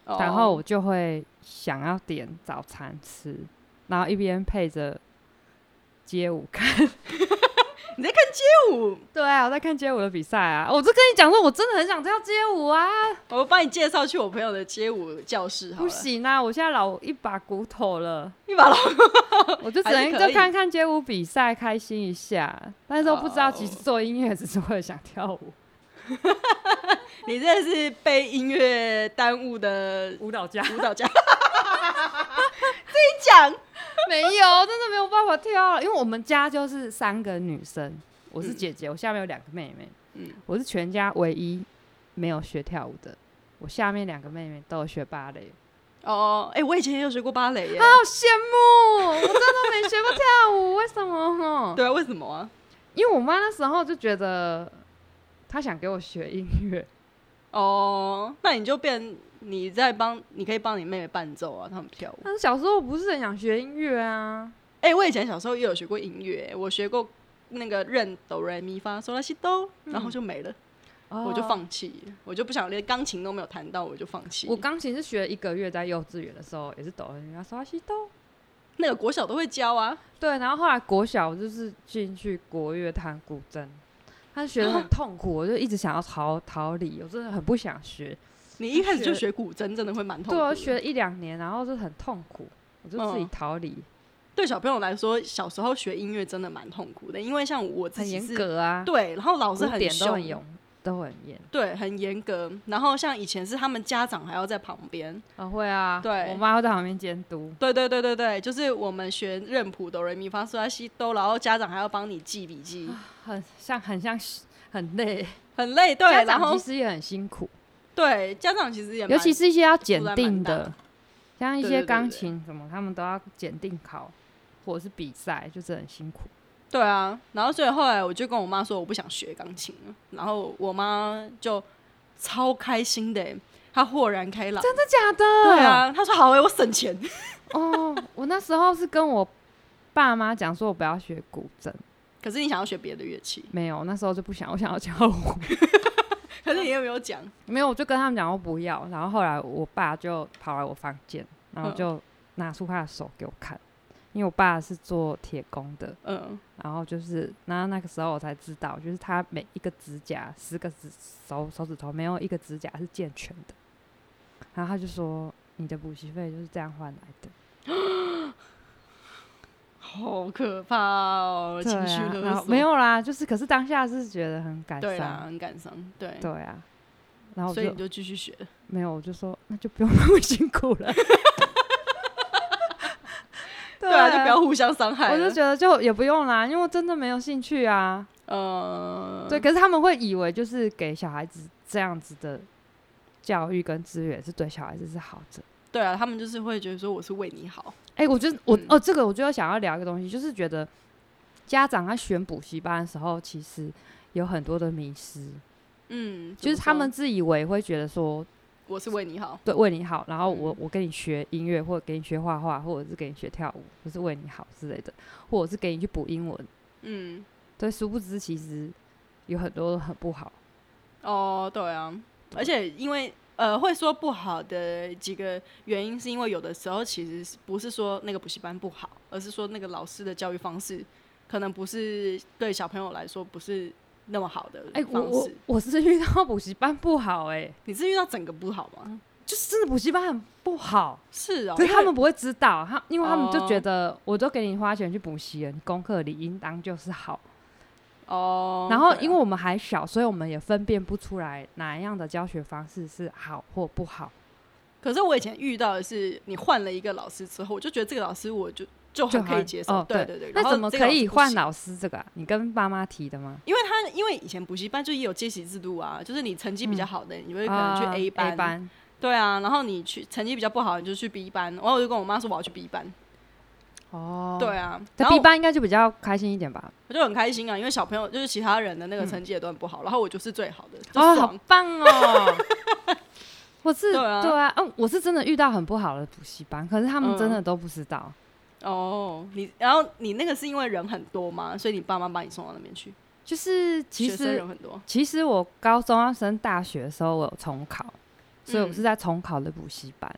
[SPEAKER 1] 哦
[SPEAKER 2] 然后我就会想要点早餐吃，然后一边配着街舞看。
[SPEAKER 1] 街舞，
[SPEAKER 2] 对啊，我在看街舞的比赛啊，我就跟你讲说，我真的很想跳街舞啊，
[SPEAKER 1] 我帮你介绍去我朋友的街舞教室好
[SPEAKER 2] 不
[SPEAKER 1] 了。
[SPEAKER 2] 行啊，我现在老一把骨头 了，
[SPEAKER 1] 你把老
[SPEAKER 2] 我就只
[SPEAKER 1] 还是
[SPEAKER 2] 能
[SPEAKER 1] 可以
[SPEAKER 2] 就看看街舞比赛，开心一下。但是我不知道，
[SPEAKER 1] 哦
[SPEAKER 2] 其实做音乐只是为了想跳舞，
[SPEAKER 1] 你真的是被音乐耽误的
[SPEAKER 2] 舞蹈家
[SPEAKER 1] 舞蹈家。自己讲，
[SPEAKER 2] 没有，真的没有办法跳啊了，因为我们家就是三个女生，我是姐姐，我下面有两个妹妹，
[SPEAKER 1] 嗯
[SPEAKER 2] 我是全家唯一没有学跳舞的。我下面两个妹妹都有学芭蕾，
[SPEAKER 1] 哦，哎、我以前也有学过芭蕾耶。
[SPEAKER 2] 好羡慕！我真的没学过跳舞，为什么？
[SPEAKER 1] 对啊，为什么啊？
[SPEAKER 2] 因为我妈那时候就觉得她想给我学音乐，
[SPEAKER 1] 哦，那你就变你在帮，你可以帮你妹妹伴奏啊，他们跳舞。
[SPEAKER 2] 但是小时候我不是很想学音乐啊。
[SPEAKER 1] 哎、我以前小时候也有学过音乐，我学过那个认哆来咪发嗦拉西哆，然后就没了，我就
[SPEAKER 2] 哦，
[SPEAKER 1] 放弃，我就不想连钢琴都没有弹到，我就放弃。
[SPEAKER 2] 我钢琴是学一个月，在幼稚园的时候也是抖了人家刷西哆。
[SPEAKER 1] 那个国小都会教啊，
[SPEAKER 2] 对，然后后来国小我就是进去国乐弹古筝，他学
[SPEAKER 1] 嗯
[SPEAKER 2] 的很痛苦，我就一直想要逃逃离，我真的很不想学。
[SPEAKER 1] 你一开始就学古筝，真的会蛮痛苦
[SPEAKER 2] 对
[SPEAKER 1] 的。
[SPEAKER 2] 啊，学了一两年，然后就很痛苦，我就自己
[SPEAKER 1] 嗯
[SPEAKER 2] 逃离，
[SPEAKER 1] 对小朋友来说，小时候学音乐真的蛮痛苦的，因为像我自
[SPEAKER 2] 很
[SPEAKER 1] 己
[SPEAKER 2] 严
[SPEAKER 1] 是，
[SPEAKER 2] 格啊，
[SPEAKER 1] 对，然后老师
[SPEAKER 2] 古典都
[SPEAKER 1] 凶，
[SPEAKER 2] 很严，都很严。
[SPEAKER 1] 对，很严格。然后像以前是他们家长还要在旁边，
[SPEAKER 2] 啊，会啊，
[SPEAKER 1] 对
[SPEAKER 2] 我妈会在旁边监督。
[SPEAKER 1] 对对对对对，就是我们学认谱哆来咪发嗦拉西哆，然后家长还要帮你记笔记，
[SPEAKER 2] 很像，很像是，很累。
[SPEAKER 1] 很累。对，
[SPEAKER 2] 家
[SPEAKER 1] 然
[SPEAKER 2] 长
[SPEAKER 1] 后
[SPEAKER 2] 其实也很辛苦，
[SPEAKER 1] 对家长其实也蛮
[SPEAKER 2] 尤其是一些要检
[SPEAKER 1] 负担
[SPEAKER 2] 定
[SPEAKER 1] 蛮大
[SPEAKER 2] 的，像一
[SPEAKER 1] 对对
[SPEAKER 2] 些
[SPEAKER 1] 对对
[SPEAKER 2] 钢琴什么，他们都要检定考或者是比赛，就是很辛苦。
[SPEAKER 1] 对啊，然后所以后来我就跟我妈说我不想学钢琴了，然后我妈就超开心的欸、她豁然开朗。真的？
[SPEAKER 2] 假的？
[SPEAKER 1] 对。啊，她说好哎、我省钱。
[SPEAKER 2] 哦，我那时候是跟我爸妈讲说，我不要学古筝，
[SPEAKER 1] 可是你想要学别的乐器，
[SPEAKER 2] 没有，那时候就不想，我 想要跳舞。
[SPEAKER 1] 可是你又没有讲，
[SPEAKER 2] 没有，我就跟他们讲我不要，然后后来我爸就跑来我房间，然后
[SPEAKER 1] 嗯
[SPEAKER 2] 就拿出他的手给我看，因为我爸是做铁工的，
[SPEAKER 1] 嗯，
[SPEAKER 2] 然后就是，然后那个时候我才知道，就是他每一个指甲，十个指手手指头没有一个指甲是健全的。然后他就说，你的补习费就是这样换来的，
[SPEAKER 1] 好可怕哦，
[SPEAKER 2] 对
[SPEAKER 1] 情绪
[SPEAKER 2] 啊，
[SPEAKER 1] 勒
[SPEAKER 2] 然后
[SPEAKER 1] 索，
[SPEAKER 2] 没有啦，就是可是当下是觉得很感
[SPEAKER 1] 对啦，
[SPEAKER 2] 伤，
[SPEAKER 1] 很感伤，对，
[SPEAKER 2] 对啊。然后我
[SPEAKER 1] 所以
[SPEAKER 2] 就
[SPEAKER 1] 你就继续学。
[SPEAKER 2] 没有，我就说那就不用那 么辛苦了。对
[SPEAKER 1] 对啊，就不要互相伤害
[SPEAKER 2] 我
[SPEAKER 1] 了。
[SPEAKER 2] 就觉得就也不用啦，因为我真的没有兴趣啊。
[SPEAKER 1] 呃，
[SPEAKER 2] 对，可是他们会以为就是给小孩子这样子的教育跟资源是对小孩子是好的。
[SPEAKER 1] 对啊，他们就是会觉得说我是为你好，
[SPEAKER 2] 哎、我觉得我、
[SPEAKER 1] 嗯
[SPEAKER 2] 哦，这个我就想要聊一个东西，就是觉得家长在选补习班的时候，其实有很多的迷失，
[SPEAKER 1] 嗯，
[SPEAKER 2] 就是
[SPEAKER 1] 怎么
[SPEAKER 2] 他
[SPEAKER 1] 说
[SPEAKER 2] 们自以为会觉得说
[SPEAKER 1] 我是为你好，
[SPEAKER 2] 对为你好，然后
[SPEAKER 1] 嗯
[SPEAKER 2] 我我给你学音乐，或者给你学画画，或者是给你学跳舞，就是为你好之类的，或者是给你去补英文。
[SPEAKER 1] 嗯，
[SPEAKER 2] 对，殊不知其实有很多很不好。
[SPEAKER 1] 哦，对啊，而且因为呃会说不好的几个原因，是因为有的时候其实是不是说那个补习班不好，而是说那个老师的教育方式可能不是对小朋友来说不是那么好的
[SPEAKER 2] 哎、我
[SPEAKER 1] 方
[SPEAKER 2] 我
[SPEAKER 1] 式。
[SPEAKER 2] 我是遇到补习班不好哎、
[SPEAKER 1] 你是遇到整个不好吗？
[SPEAKER 2] 就是真的补习班很不好，
[SPEAKER 1] 是哦，
[SPEAKER 2] 可是
[SPEAKER 1] 因为
[SPEAKER 2] 他们不会知道，他因为他们就
[SPEAKER 1] 哦
[SPEAKER 2] 觉得我都给你花钱去补习了，你功课理应当就是好。
[SPEAKER 1] 哦，
[SPEAKER 2] 然后
[SPEAKER 1] 对啊
[SPEAKER 2] 因为我们还小，所以我们也分辨不出来哪样的教学方式是好或不好，
[SPEAKER 1] 可是我以前遇到的是，你换了一个老师之后，我就觉得这个老师我就就
[SPEAKER 2] 就
[SPEAKER 1] 很可以接受，
[SPEAKER 2] 哦
[SPEAKER 1] 对
[SPEAKER 2] 对
[SPEAKER 1] 对。然
[SPEAKER 2] 那
[SPEAKER 1] 后
[SPEAKER 2] 怎么
[SPEAKER 1] 这个
[SPEAKER 2] 可以
[SPEAKER 1] 老师不
[SPEAKER 2] 换
[SPEAKER 1] 行？
[SPEAKER 2] 老师这个、啊？你跟爸妈提的吗？
[SPEAKER 1] 因为他因为以前补习班就也有阶级制度啊，就是你成绩比较好的，你会可能去
[SPEAKER 2] 嗯啊
[SPEAKER 1] A 班，
[SPEAKER 2] A 班
[SPEAKER 1] 对啊，然后你去成绩比较不好，你就去 B 班。然后我就跟我妈说我要去 B 班，
[SPEAKER 2] 哦，
[SPEAKER 1] 对，啊，
[SPEAKER 2] 在
[SPEAKER 1] 然
[SPEAKER 2] B
[SPEAKER 1] 后
[SPEAKER 2] 班应该就比较开心一点吧？
[SPEAKER 1] 我就很开心啊，因为小朋友就是其他人的那个成绩也都很不好，然后我就是最好的，就
[SPEAKER 2] 嗯哦，好
[SPEAKER 1] 爽。
[SPEAKER 2] 棒哦！ 我是
[SPEAKER 1] 对啊
[SPEAKER 2] 嗯，我是真的遇到很不好的补习班，可是他们真的都不知道。
[SPEAKER 1] 嗯哦，你然后你那个是因为人很多嘛，所以你爸妈把你送到那边去，
[SPEAKER 2] 就是其
[SPEAKER 1] 学生
[SPEAKER 2] 实
[SPEAKER 1] 人很多，
[SPEAKER 2] 其实我高中要升大学的时候，我有重考，所以
[SPEAKER 1] 嗯
[SPEAKER 2] 我是在重考的补习班。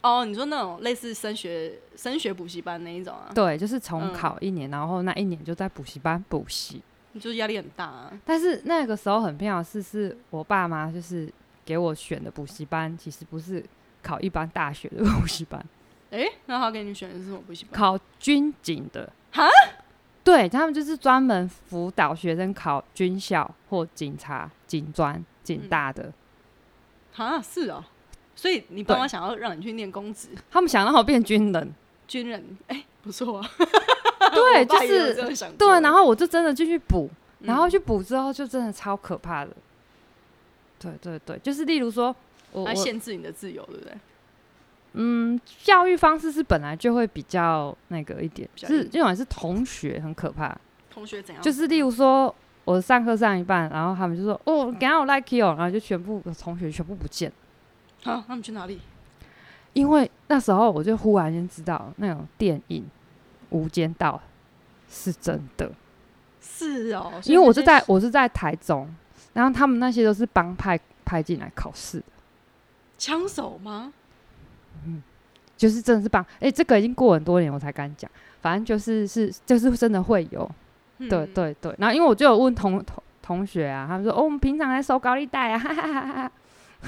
[SPEAKER 1] 哦，你说那种类似升学升学补习班那一种啊，
[SPEAKER 2] 对，就是重考一年，然后那一年就在补习班补习。
[SPEAKER 1] 你就是压力很大、啊。
[SPEAKER 2] 但是那个时候很妙的是，是我爸妈就是给我选的补习班，其实不是考一般大学的补习班，
[SPEAKER 1] 诶，那他给你选的是什么补习班？
[SPEAKER 2] 考军警的。
[SPEAKER 1] 哈？
[SPEAKER 2] 对他们就是专门辅导学生考军校或警察、警专、警大的。
[SPEAKER 1] 嗯啊，是哦。所以你爸妈
[SPEAKER 2] 对
[SPEAKER 1] 想要让你去念公职、
[SPEAKER 2] 他们想让我变军人，
[SPEAKER 1] 军人，诶，不错啊。
[SPEAKER 2] 对，
[SPEAKER 1] 我爸
[SPEAKER 2] 就
[SPEAKER 1] 也有这
[SPEAKER 2] 是
[SPEAKER 1] 样想过
[SPEAKER 2] 对。啊然后我就真的就去补，
[SPEAKER 1] 嗯
[SPEAKER 2] 然后去补之后就真的超可怕的。对对对，就是例如说，我
[SPEAKER 1] 来
[SPEAKER 2] 我
[SPEAKER 1] 限制你的自由，对不对？
[SPEAKER 2] 嗯，教育方式是本来就会比较那个一点，
[SPEAKER 1] 比较
[SPEAKER 2] 是
[SPEAKER 1] 硬
[SPEAKER 2] 这种是同学很可怕，
[SPEAKER 1] 同学怎样？
[SPEAKER 2] 就是例如说我上课上一半，然后他们就说哦，刚刚我 like you，哦然后就全部同学全部不见，
[SPEAKER 1] 啊，他们去哪里？
[SPEAKER 2] 因为那时候我就忽然间知道那种电影《无间道》是真的，
[SPEAKER 1] 是哦，所以
[SPEAKER 2] 因为我
[SPEAKER 1] 那
[SPEAKER 2] 是
[SPEAKER 1] 些
[SPEAKER 2] 在我是在台中，然后他们那些都是帮派派进来考试的，
[SPEAKER 1] 枪手吗？
[SPEAKER 2] 就是真的是帮。哎、这个已经过很多年我才敢讲，反正就是是就是真的会有，
[SPEAKER 1] 嗯
[SPEAKER 2] 对，对对。然后因为我就有问同同同学啊，他们说哦，我们平常在收高利贷啊，哈哈哈哈哈。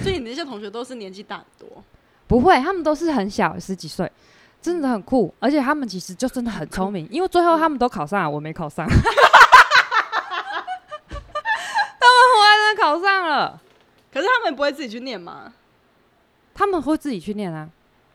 [SPEAKER 1] 所以你那些同学都是年纪大很多，
[SPEAKER 2] 不会，他们都是很小，十几岁，真的很酷。而且他们其实就真的很聪明，因为最后他们都考上了，我没考上。他们后来真的考上了，
[SPEAKER 1] 可是他们不会自己去念吗？
[SPEAKER 2] 他们会自己去念啊。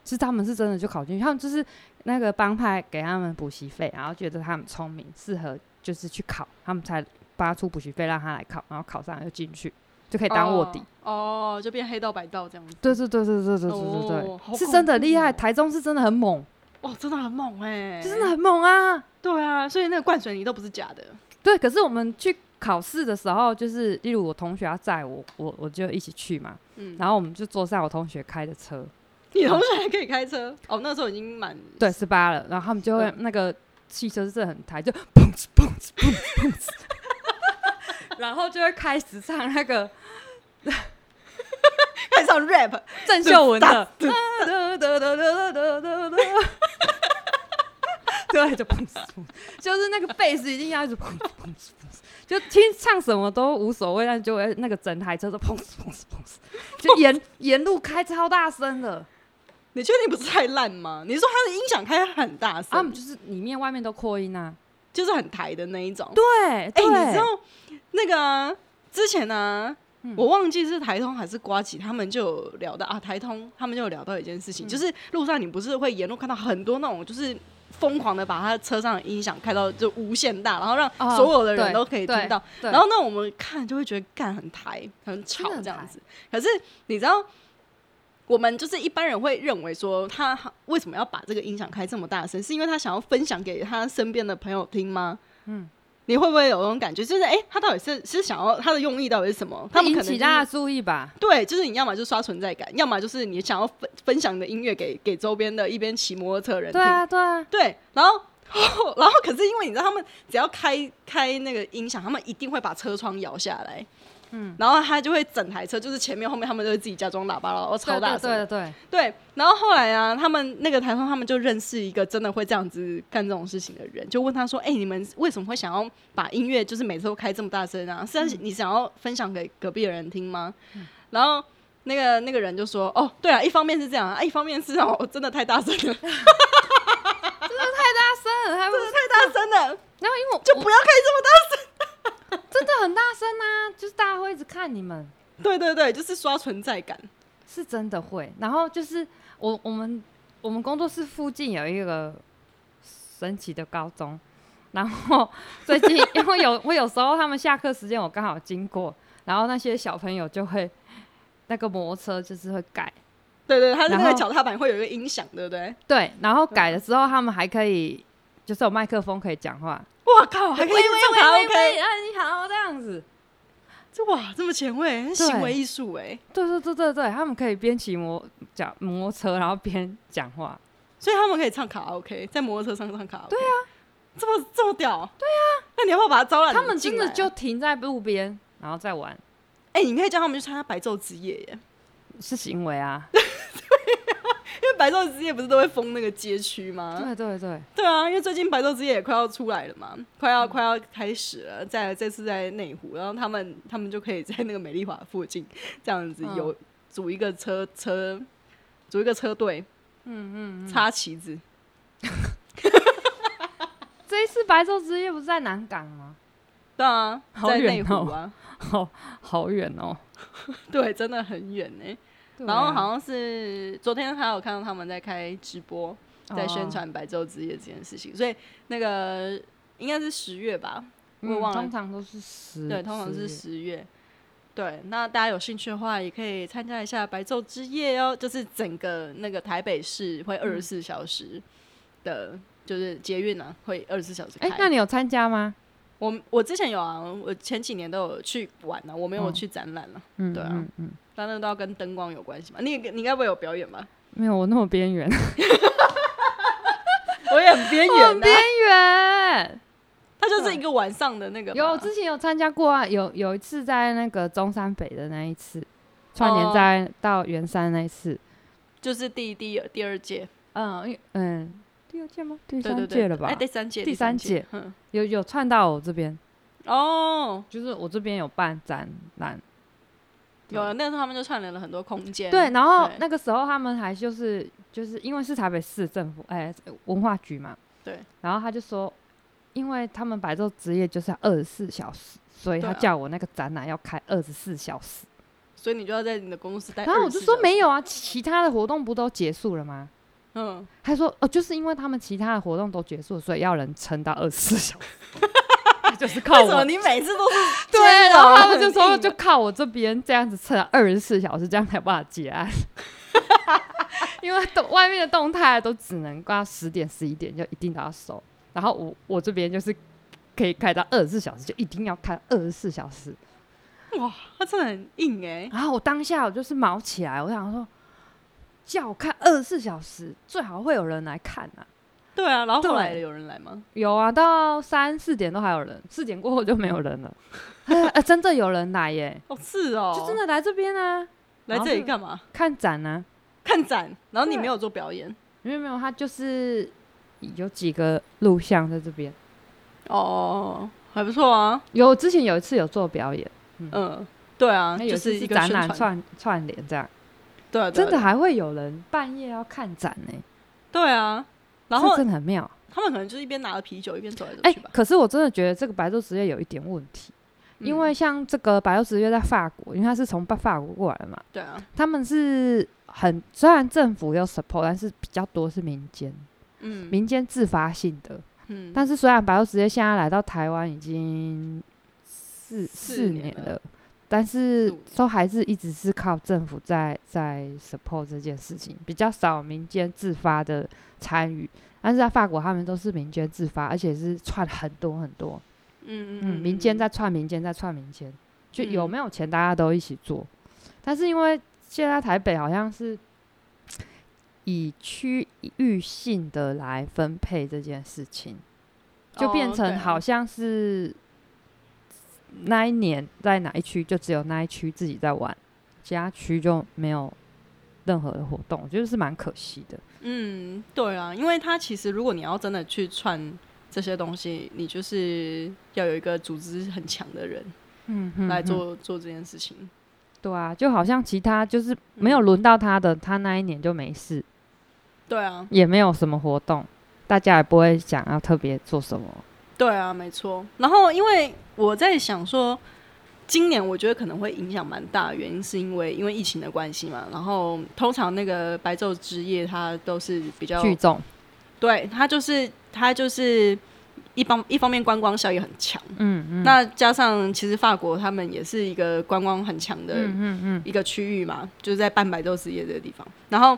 [SPEAKER 2] 是他们是真的就考进去，他们就是那个帮派给他们补习费，然后觉得他们聪明，适合就是去考，他们才发出补习费让他来考，然后考上了就进去，就可以当卧底。
[SPEAKER 1] 哦，哦就变黑道白道这样子。
[SPEAKER 2] 对对对对对对对对对，
[SPEAKER 1] 哦好
[SPEAKER 2] 是真的
[SPEAKER 1] 恐怖
[SPEAKER 2] 厉害，
[SPEAKER 1] 哦
[SPEAKER 2] 台中是真的很猛，
[SPEAKER 1] 哦，真的很猛哎、
[SPEAKER 2] 真的很猛啊！
[SPEAKER 1] 对啊，所以那个灌水泥都不是假的。
[SPEAKER 2] 对，可是我们去考试的时候，就是例如我同学要载我，我我就一起去嘛，
[SPEAKER 1] 嗯，
[SPEAKER 2] 然后我们就坐上我同学开的车，
[SPEAKER 1] 你同学还可以开车哦，那时候已经满
[SPEAKER 2] 对，十八了，然后他们就会
[SPEAKER 1] 嗯
[SPEAKER 2] 那个汽车是很抬，就砰哧砰哧砰哧砰哧，然后就会开始唱那个
[SPEAKER 1] 开始上 rap，
[SPEAKER 2] 郑秀文的， 对，就砰哧砰哧，就是那个贝斯一定要一直砰哧砰哧砰哧，就听唱什么都无所谓，但就会那个整台车都砰哧砰哧砰哧，就沿沿路开超大声的，
[SPEAKER 1] 你确定不是太烂吗？你是说他的音响开很大声，
[SPEAKER 2] 他们啊就是里面外面都扩音啊，
[SPEAKER 1] 就是很台的那一种。
[SPEAKER 2] 对，
[SPEAKER 1] 哎、
[SPEAKER 2] 对，
[SPEAKER 1] 你知道那个啊、之前呢、
[SPEAKER 2] 嗯
[SPEAKER 1] 我忘记是台通还是瓜吉，他们就有聊到啊，台通他们就有聊到一件事
[SPEAKER 2] 嗯
[SPEAKER 1] 情，就是路上你不是会沿路看到很多那种就是。疯狂的把他车上的音响开到就无限大，然后让
[SPEAKER 2] 哦
[SPEAKER 1] 所有的人
[SPEAKER 2] 对
[SPEAKER 1] 都可以听
[SPEAKER 2] 对
[SPEAKER 1] 到。
[SPEAKER 2] 对
[SPEAKER 1] 然后那我们看就会觉得干很台很吵
[SPEAKER 2] 真的很
[SPEAKER 1] 这样
[SPEAKER 2] 台
[SPEAKER 1] 子。可是你知道，我们就是一般人会认为说他为什么要把这个音响开这么大声，是因为他想要分享给他身边的朋友听吗？
[SPEAKER 2] 嗯，
[SPEAKER 1] 你会不会有那种感觉，就是哎、诶他到底是是想要他的用意到底是什么？他
[SPEAKER 2] 他
[SPEAKER 1] 们
[SPEAKER 2] 引
[SPEAKER 1] 可能、
[SPEAKER 2] 起
[SPEAKER 1] 就
[SPEAKER 2] 大
[SPEAKER 1] 是
[SPEAKER 2] 家注意吧，
[SPEAKER 1] 对，就是你要么就刷存在感，要么就是你想要分分享你的音乐给给周边的一边骑摩托车的人听。
[SPEAKER 2] 对啊，对啊，
[SPEAKER 1] 对，然后 然后可是因为你知道，他们只要开开那个音响，他们一定会把车窗摇下来。嗯，然后他就会整台车，就是前面后面他们都会自己加装喇叭，然后超大声
[SPEAKER 2] 对对对，
[SPEAKER 1] 对，然后后来啊，他们那个台风，他们就认识一个真的会这样子干这种事情的人，就问他说：“哎、你们为什么会想要把音乐就是每次都开这么大声啊？是你想要分享给隔壁的人听吗？”然后那个那个人就说：“哦，对啊，一方面是这样啊，一方面是让我真的太大声了，
[SPEAKER 2] 大声，他们
[SPEAKER 1] 太大声了，
[SPEAKER 2] 然后因为我
[SPEAKER 1] 就不要开这么大声。”
[SPEAKER 2] 真的很大声啊，就是大家会一直看你们。
[SPEAKER 1] 对对对，就是刷存在感。
[SPEAKER 2] 是真的会。然后就是我我们我们工作室附近有一个神奇的高中，然后 最近因为有我有时候他们下课时间我刚好经过，然后那些小朋友就会那个摩托车就是会改，
[SPEAKER 1] 对对，他的那
[SPEAKER 2] 然
[SPEAKER 1] 个
[SPEAKER 2] 后
[SPEAKER 1] 脚踏板会有一个音响，对不对？
[SPEAKER 2] 对，然后
[SPEAKER 1] 嗯
[SPEAKER 2] 改了之后他们还可以就是有麦克风可以讲话，
[SPEAKER 1] 哇靠，还可以唱卡拉 OK，，
[SPEAKER 2] 啊你好这样子。
[SPEAKER 1] 这哇这么前卫，行为艺术哎。
[SPEAKER 2] 对对对对对，他们可以边骑摩脚摩托车，然后边讲话，
[SPEAKER 1] 所以他们可以唱卡拉 OK，在摩托车上唱卡拉 OK。对啊，这么这么屌。对啊，那你要不要把他招揽？
[SPEAKER 2] 他们真的就，停在路边，然后再玩。
[SPEAKER 1] 哎、你可以叫他们去参加白昼之夜耶，
[SPEAKER 2] 是行为啊，
[SPEAKER 1] 因为白昼之夜不是都会封那个街区吗？
[SPEAKER 2] 对对对，
[SPEAKER 1] 对啊，因为最近白昼之夜也快要出来了嘛，快
[SPEAKER 2] 嗯
[SPEAKER 1] 要快要开始了，在这次在内湖，然后他们他们就可以在那个美丽华附近这样子
[SPEAKER 2] 嗯
[SPEAKER 1] 有组一个车车组一个车队，嗯嗯，插旗子。
[SPEAKER 2] 这一次白昼之夜不是在南港吗？
[SPEAKER 1] 对啊，
[SPEAKER 2] 好
[SPEAKER 1] 在内
[SPEAKER 2] 远
[SPEAKER 1] 湖
[SPEAKER 2] 哦
[SPEAKER 1] 啊，
[SPEAKER 2] 好好远哦、
[SPEAKER 1] 对，真的很远呢、
[SPEAKER 2] 啊
[SPEAKER 1] 然后好像是昨天还有看到他们在开直播，
[SPEAKER 2] 哦
[SPEAKER 1] 在宣传白昼之夜这件事情，所以那个应该是十月吧，我也
[SPEAKER 2] 嗯
[SPEAKER 1] 忘了
[SPEAKER 2] 通，常都是十，
[SPEAKER 1] 对，通常是
[SPEAKER 2] 嗯十
[SPEAKER 1] 十月。对，那大家有兴趣的话，也可以参加一下白昼之夜哦，就是整个那个台北市会二十四小时的，就是捷运啊，会二十四小时开。
[SPEAKER 2] 哎、那你有参加吗？
[SPEAKER 1] 我我之前有啊，我前几年都有去玩啊，我没
[SPEAKER 2] 哦
[SPEAKER 1] 有去展览了、啊，
[SPEAKER 2] 嗯，
[SPEAKER 1] 对啊
[SPEAKER 2] 嗯嗯，
[SPEAKER 1] 但那都要跟灯光有关系嘛。你你该不会有表演吧？
[SPEAKER 2] 没有，我那么边缘，
[SPEAKER 1] 我也很边
[SPEAKER 2] 我
[SPEAKER 1] 缘、
[SPEAKER 2] 哦很
[SPEAKER 1] 啊
[SPEAKER 2] 边，缘。
[SPEAKER 1] 它就是一个晚上的那个嘛。
[SPEAKER 2] 啊有，我之前有参加过啊，有有一次在那个中山北的那一次，串联在到圆山那一次，
[SPEAKER 1] 就是第第二第二届，
[SPEAKER 2] 嗯因嗯，第二届吗？第
[SPEAKER 1] 对对
[SPEAKER 2] 三
[SPEAKER 1] 对哎
[SPEAKER 2] 届了吧？
[SPEAKER 1] 哎，第三届，
[SPEAKER 2] 第三届
[SPEAKER 1] 嗯，
[SPEAKER 2] 有有串到我这边，
[SPEAKER 1] 哦，
[SPEAKER 2] 就是我这边有办展览，
[SPEAKER 1] 有啊，那时候他们就串联了很多空间，
[SPEAKER 2] 对，然后
[SPEAKER 1] 对
[SPEAKER 2] 那个时候他们还就是就是因为是台北市政府哎、文化局嘛，
[SPEAKER 1] 对，
[SPEAKER 2] 然后他就说，因为他们白昼职业就是二十四小时，所以
[SPEAKER 1] 对
[SPEAKER 2] 他
[SPEAKER 1] 啊
[SPEAKER 2] 叫我那个展览要开二十四小时，
[SPEAKER 1] 所以你就要在你的公司待。
[SPEAKER 2] 然后我就说，没有啊，其他的活动不都结束了吗？
[SPEAKER 1] 嗯，
[SPEAKER 2] 他说哦，就是因为他们其他的活动都结束，所以要人撑到二十四小时， 就是靠啊
[SPEAKER 1] 为什么
[SPEAKER 2] 我。
[SPEAKER 1] 你每次都是
[SPEAKER 2] 对，然后他们就
[SPEAKER 1] 很
[SPEAKER 2] 说
[SPEAKER 1] 硬啊
[SPEAKER 2] 就靠我这边这样子撑了二十四小时，这样才有办法结案。 因为动外面的动态都只能挂十点十一点就一定都要收，然后我我这边就是可以开到二十四小时，就一定要开二十四小时。
[SPEAKER 1] 哇，他真的很硬哎、
[SPEAKER 2] 然后我当下我就是毛起来，我想说叫我看二十四小时，最好会有人来看啊。
[SPEAKER 1] 对啊，然后后来
[SPEAKER 2] 对
[SPEAKER 1] 有人来吗？
[SPEAKER 2] 有啊，到三四点都还有人，四点过后就没有人了。 哎、哎真的有人来耶，
[SPEAKER 1] 哦，是哦，
[SPEAKER 2] 就真的来这边啊，
[SPEAKER 1] 来这里干嘛？
[SPEAKER 2] 看展啊。
[SPEAKER 1] 看展，然后你
[SPEAKER 2] 对
[SPEAKER 1] 没有做表演
[SPEAKER 2] 没有没有，他就是有几个录像在这边。
[SPEAKER 1] 哦，还不错啊，
[SPEAKER 2] 有之前有一次有做表演，
[SPEAKER 1] 嗯，对啊，
[SPEAKER 2] 那有
[SPEAKER 1] 就
[SPEAKER 2] 一次
[SPEAKER 1] 是一个
[SPEAKER 2] 展
[SPEAKER 1] 宣
[SPEAKER 2] 览
[SPEAKER 1] 传，
[SPEAKER 2] 串串联这样，
[SPEAKER 1] 对啊，对啊
[SPEAKER 2] 真的还会有人半夜要看展呢、
[SPEAKER 1] 对啊，然
[SPEAKER 2] 这
[SPEAKER 1] 后
[SPEAKER 2] 真的很妙。
[SPEAKER 1] 他们可能就是一边拿着啤酒一边走来走
[SPEAKER 2] 哎、
[SPEAKER 1] 去吧，
[SPEAKER 2] 可是我真的觉得这个白昼职业有一点问题，
[SPEAKER 1] 嗯
[SPEAKER 2] 因为像这个白昼职业在法国，因为他是从法国过来的嘛，
[SPEAKER 1] 对啊，
[SPEAKER 2] 他们是很虽然政府有 support，但是比较多是民间，
[SPEAKER 1] 嗯
[SPEAKER 2] 民间自发性的。
[SPEAKER 1] 嗯，
[SPEAKER 2] 但是虽然白昼职业现在来到台湾已经四
[SPEAKER 1] 四
[SPEAKER 2] 四
[SPEAKER 1] 年
[SPEAKER 2] 年
[SPEAKER 1] 了
[SPEAKER 2] 了，但
[SPEAKER 1] 四
[SPEAKER 2] 是
[SPEAKER 1] 五年
[SPEAKER 2] 都还是一直是靠政府在在 support 这件事情，比较少民间自发的参与。但是在法国，他们都是民间自发，而且是串很多很多，
[SPEAKER 1] 嗯
[SPEAKER 2] 嗯，民间在串民间在串民间，就有
[SPEAKER 1] 嗯
[SPEAKER 2] 没有钱大家都一起做。但是因为现在台北好像是以区域性的来分配这件事情，就变
[SPEAKER 1] 哦对
[SPEAKER 2] 成
[SPEAKER 1] 啊
[SPEAKER 2] 好像是那一年在哪一区就只有那一区自己在玩，其他区就没有任何的活动，我觉得是蛮可惜的。
[SPEAKER 1] 嗯，对啊，因为它其实如果你要真的去串这些东西，你就是要有一个组织很强的人
[SPEAKER 2] 嗯
[SPEAKER 1] 来做、做这件事情。
[SPEAKER 2] 对啊，就好像其他
[SPEAKER 1] 嗯
[SPEAKER 2] 就是没有轮到他的，他那一年就没事。
[SPEAKER 1] 对啊，
[SPEAKER 2] 也没有什么活动，大家也不会想要特别做什么。
[SPEAKER 1] 对啊，没错。然后因为我在想说，今年我觉得可能会影响蛮大的原因，是因为因为疫情的关系嘛。然后通常那个白昼之夜，它都是比较
[SPEAKER 2] 聚众，
[SPEAKER 1] 对，它就是它就是一方一方面观光效益很强，
[SPEAKER 2] 嗯嗯，
[SPEAKER 1] 那加上其实法国他们也是一个观光很强的
[SPEAKER 2] 嗯嗯嗯，
[SPEAKER 1] 一个区域嘛，就是在半白昼之夜这个地方。然后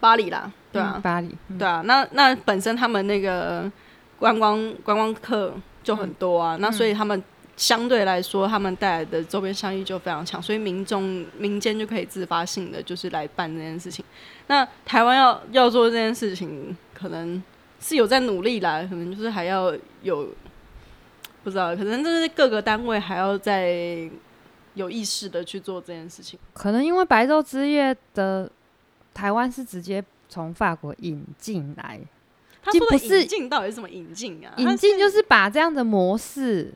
[SPEAKER 1] 巴黎啦，对啊
[SPEAKER 2] 嗯，巴黎，嗯
[SPEAKER 1] 对啊，那那本身他们那个观光观光客就
[SPEAKER 2] 嗯
[SPEAKER 1] 很多啊，那所以他们相对来说，他们带来的周边效益就非常强，所以民众民间就可以自发性的就是来办这件事情。那台湾要要做这件事情，可能是有在努力啦，可能就是还要有不知道，可能就是各个单位还要再有意识的去做这件事情。
[SPEAKER 2] 可能因为白昼之夜的台湾是直接从法国引进来，
[SPEAKER 1] 他说的
[SPEAKER 2] 不是
[SPEAKER 1] 引进到底是什么引进啊？
[SPEAKER 2] 引进就是把这样的模式，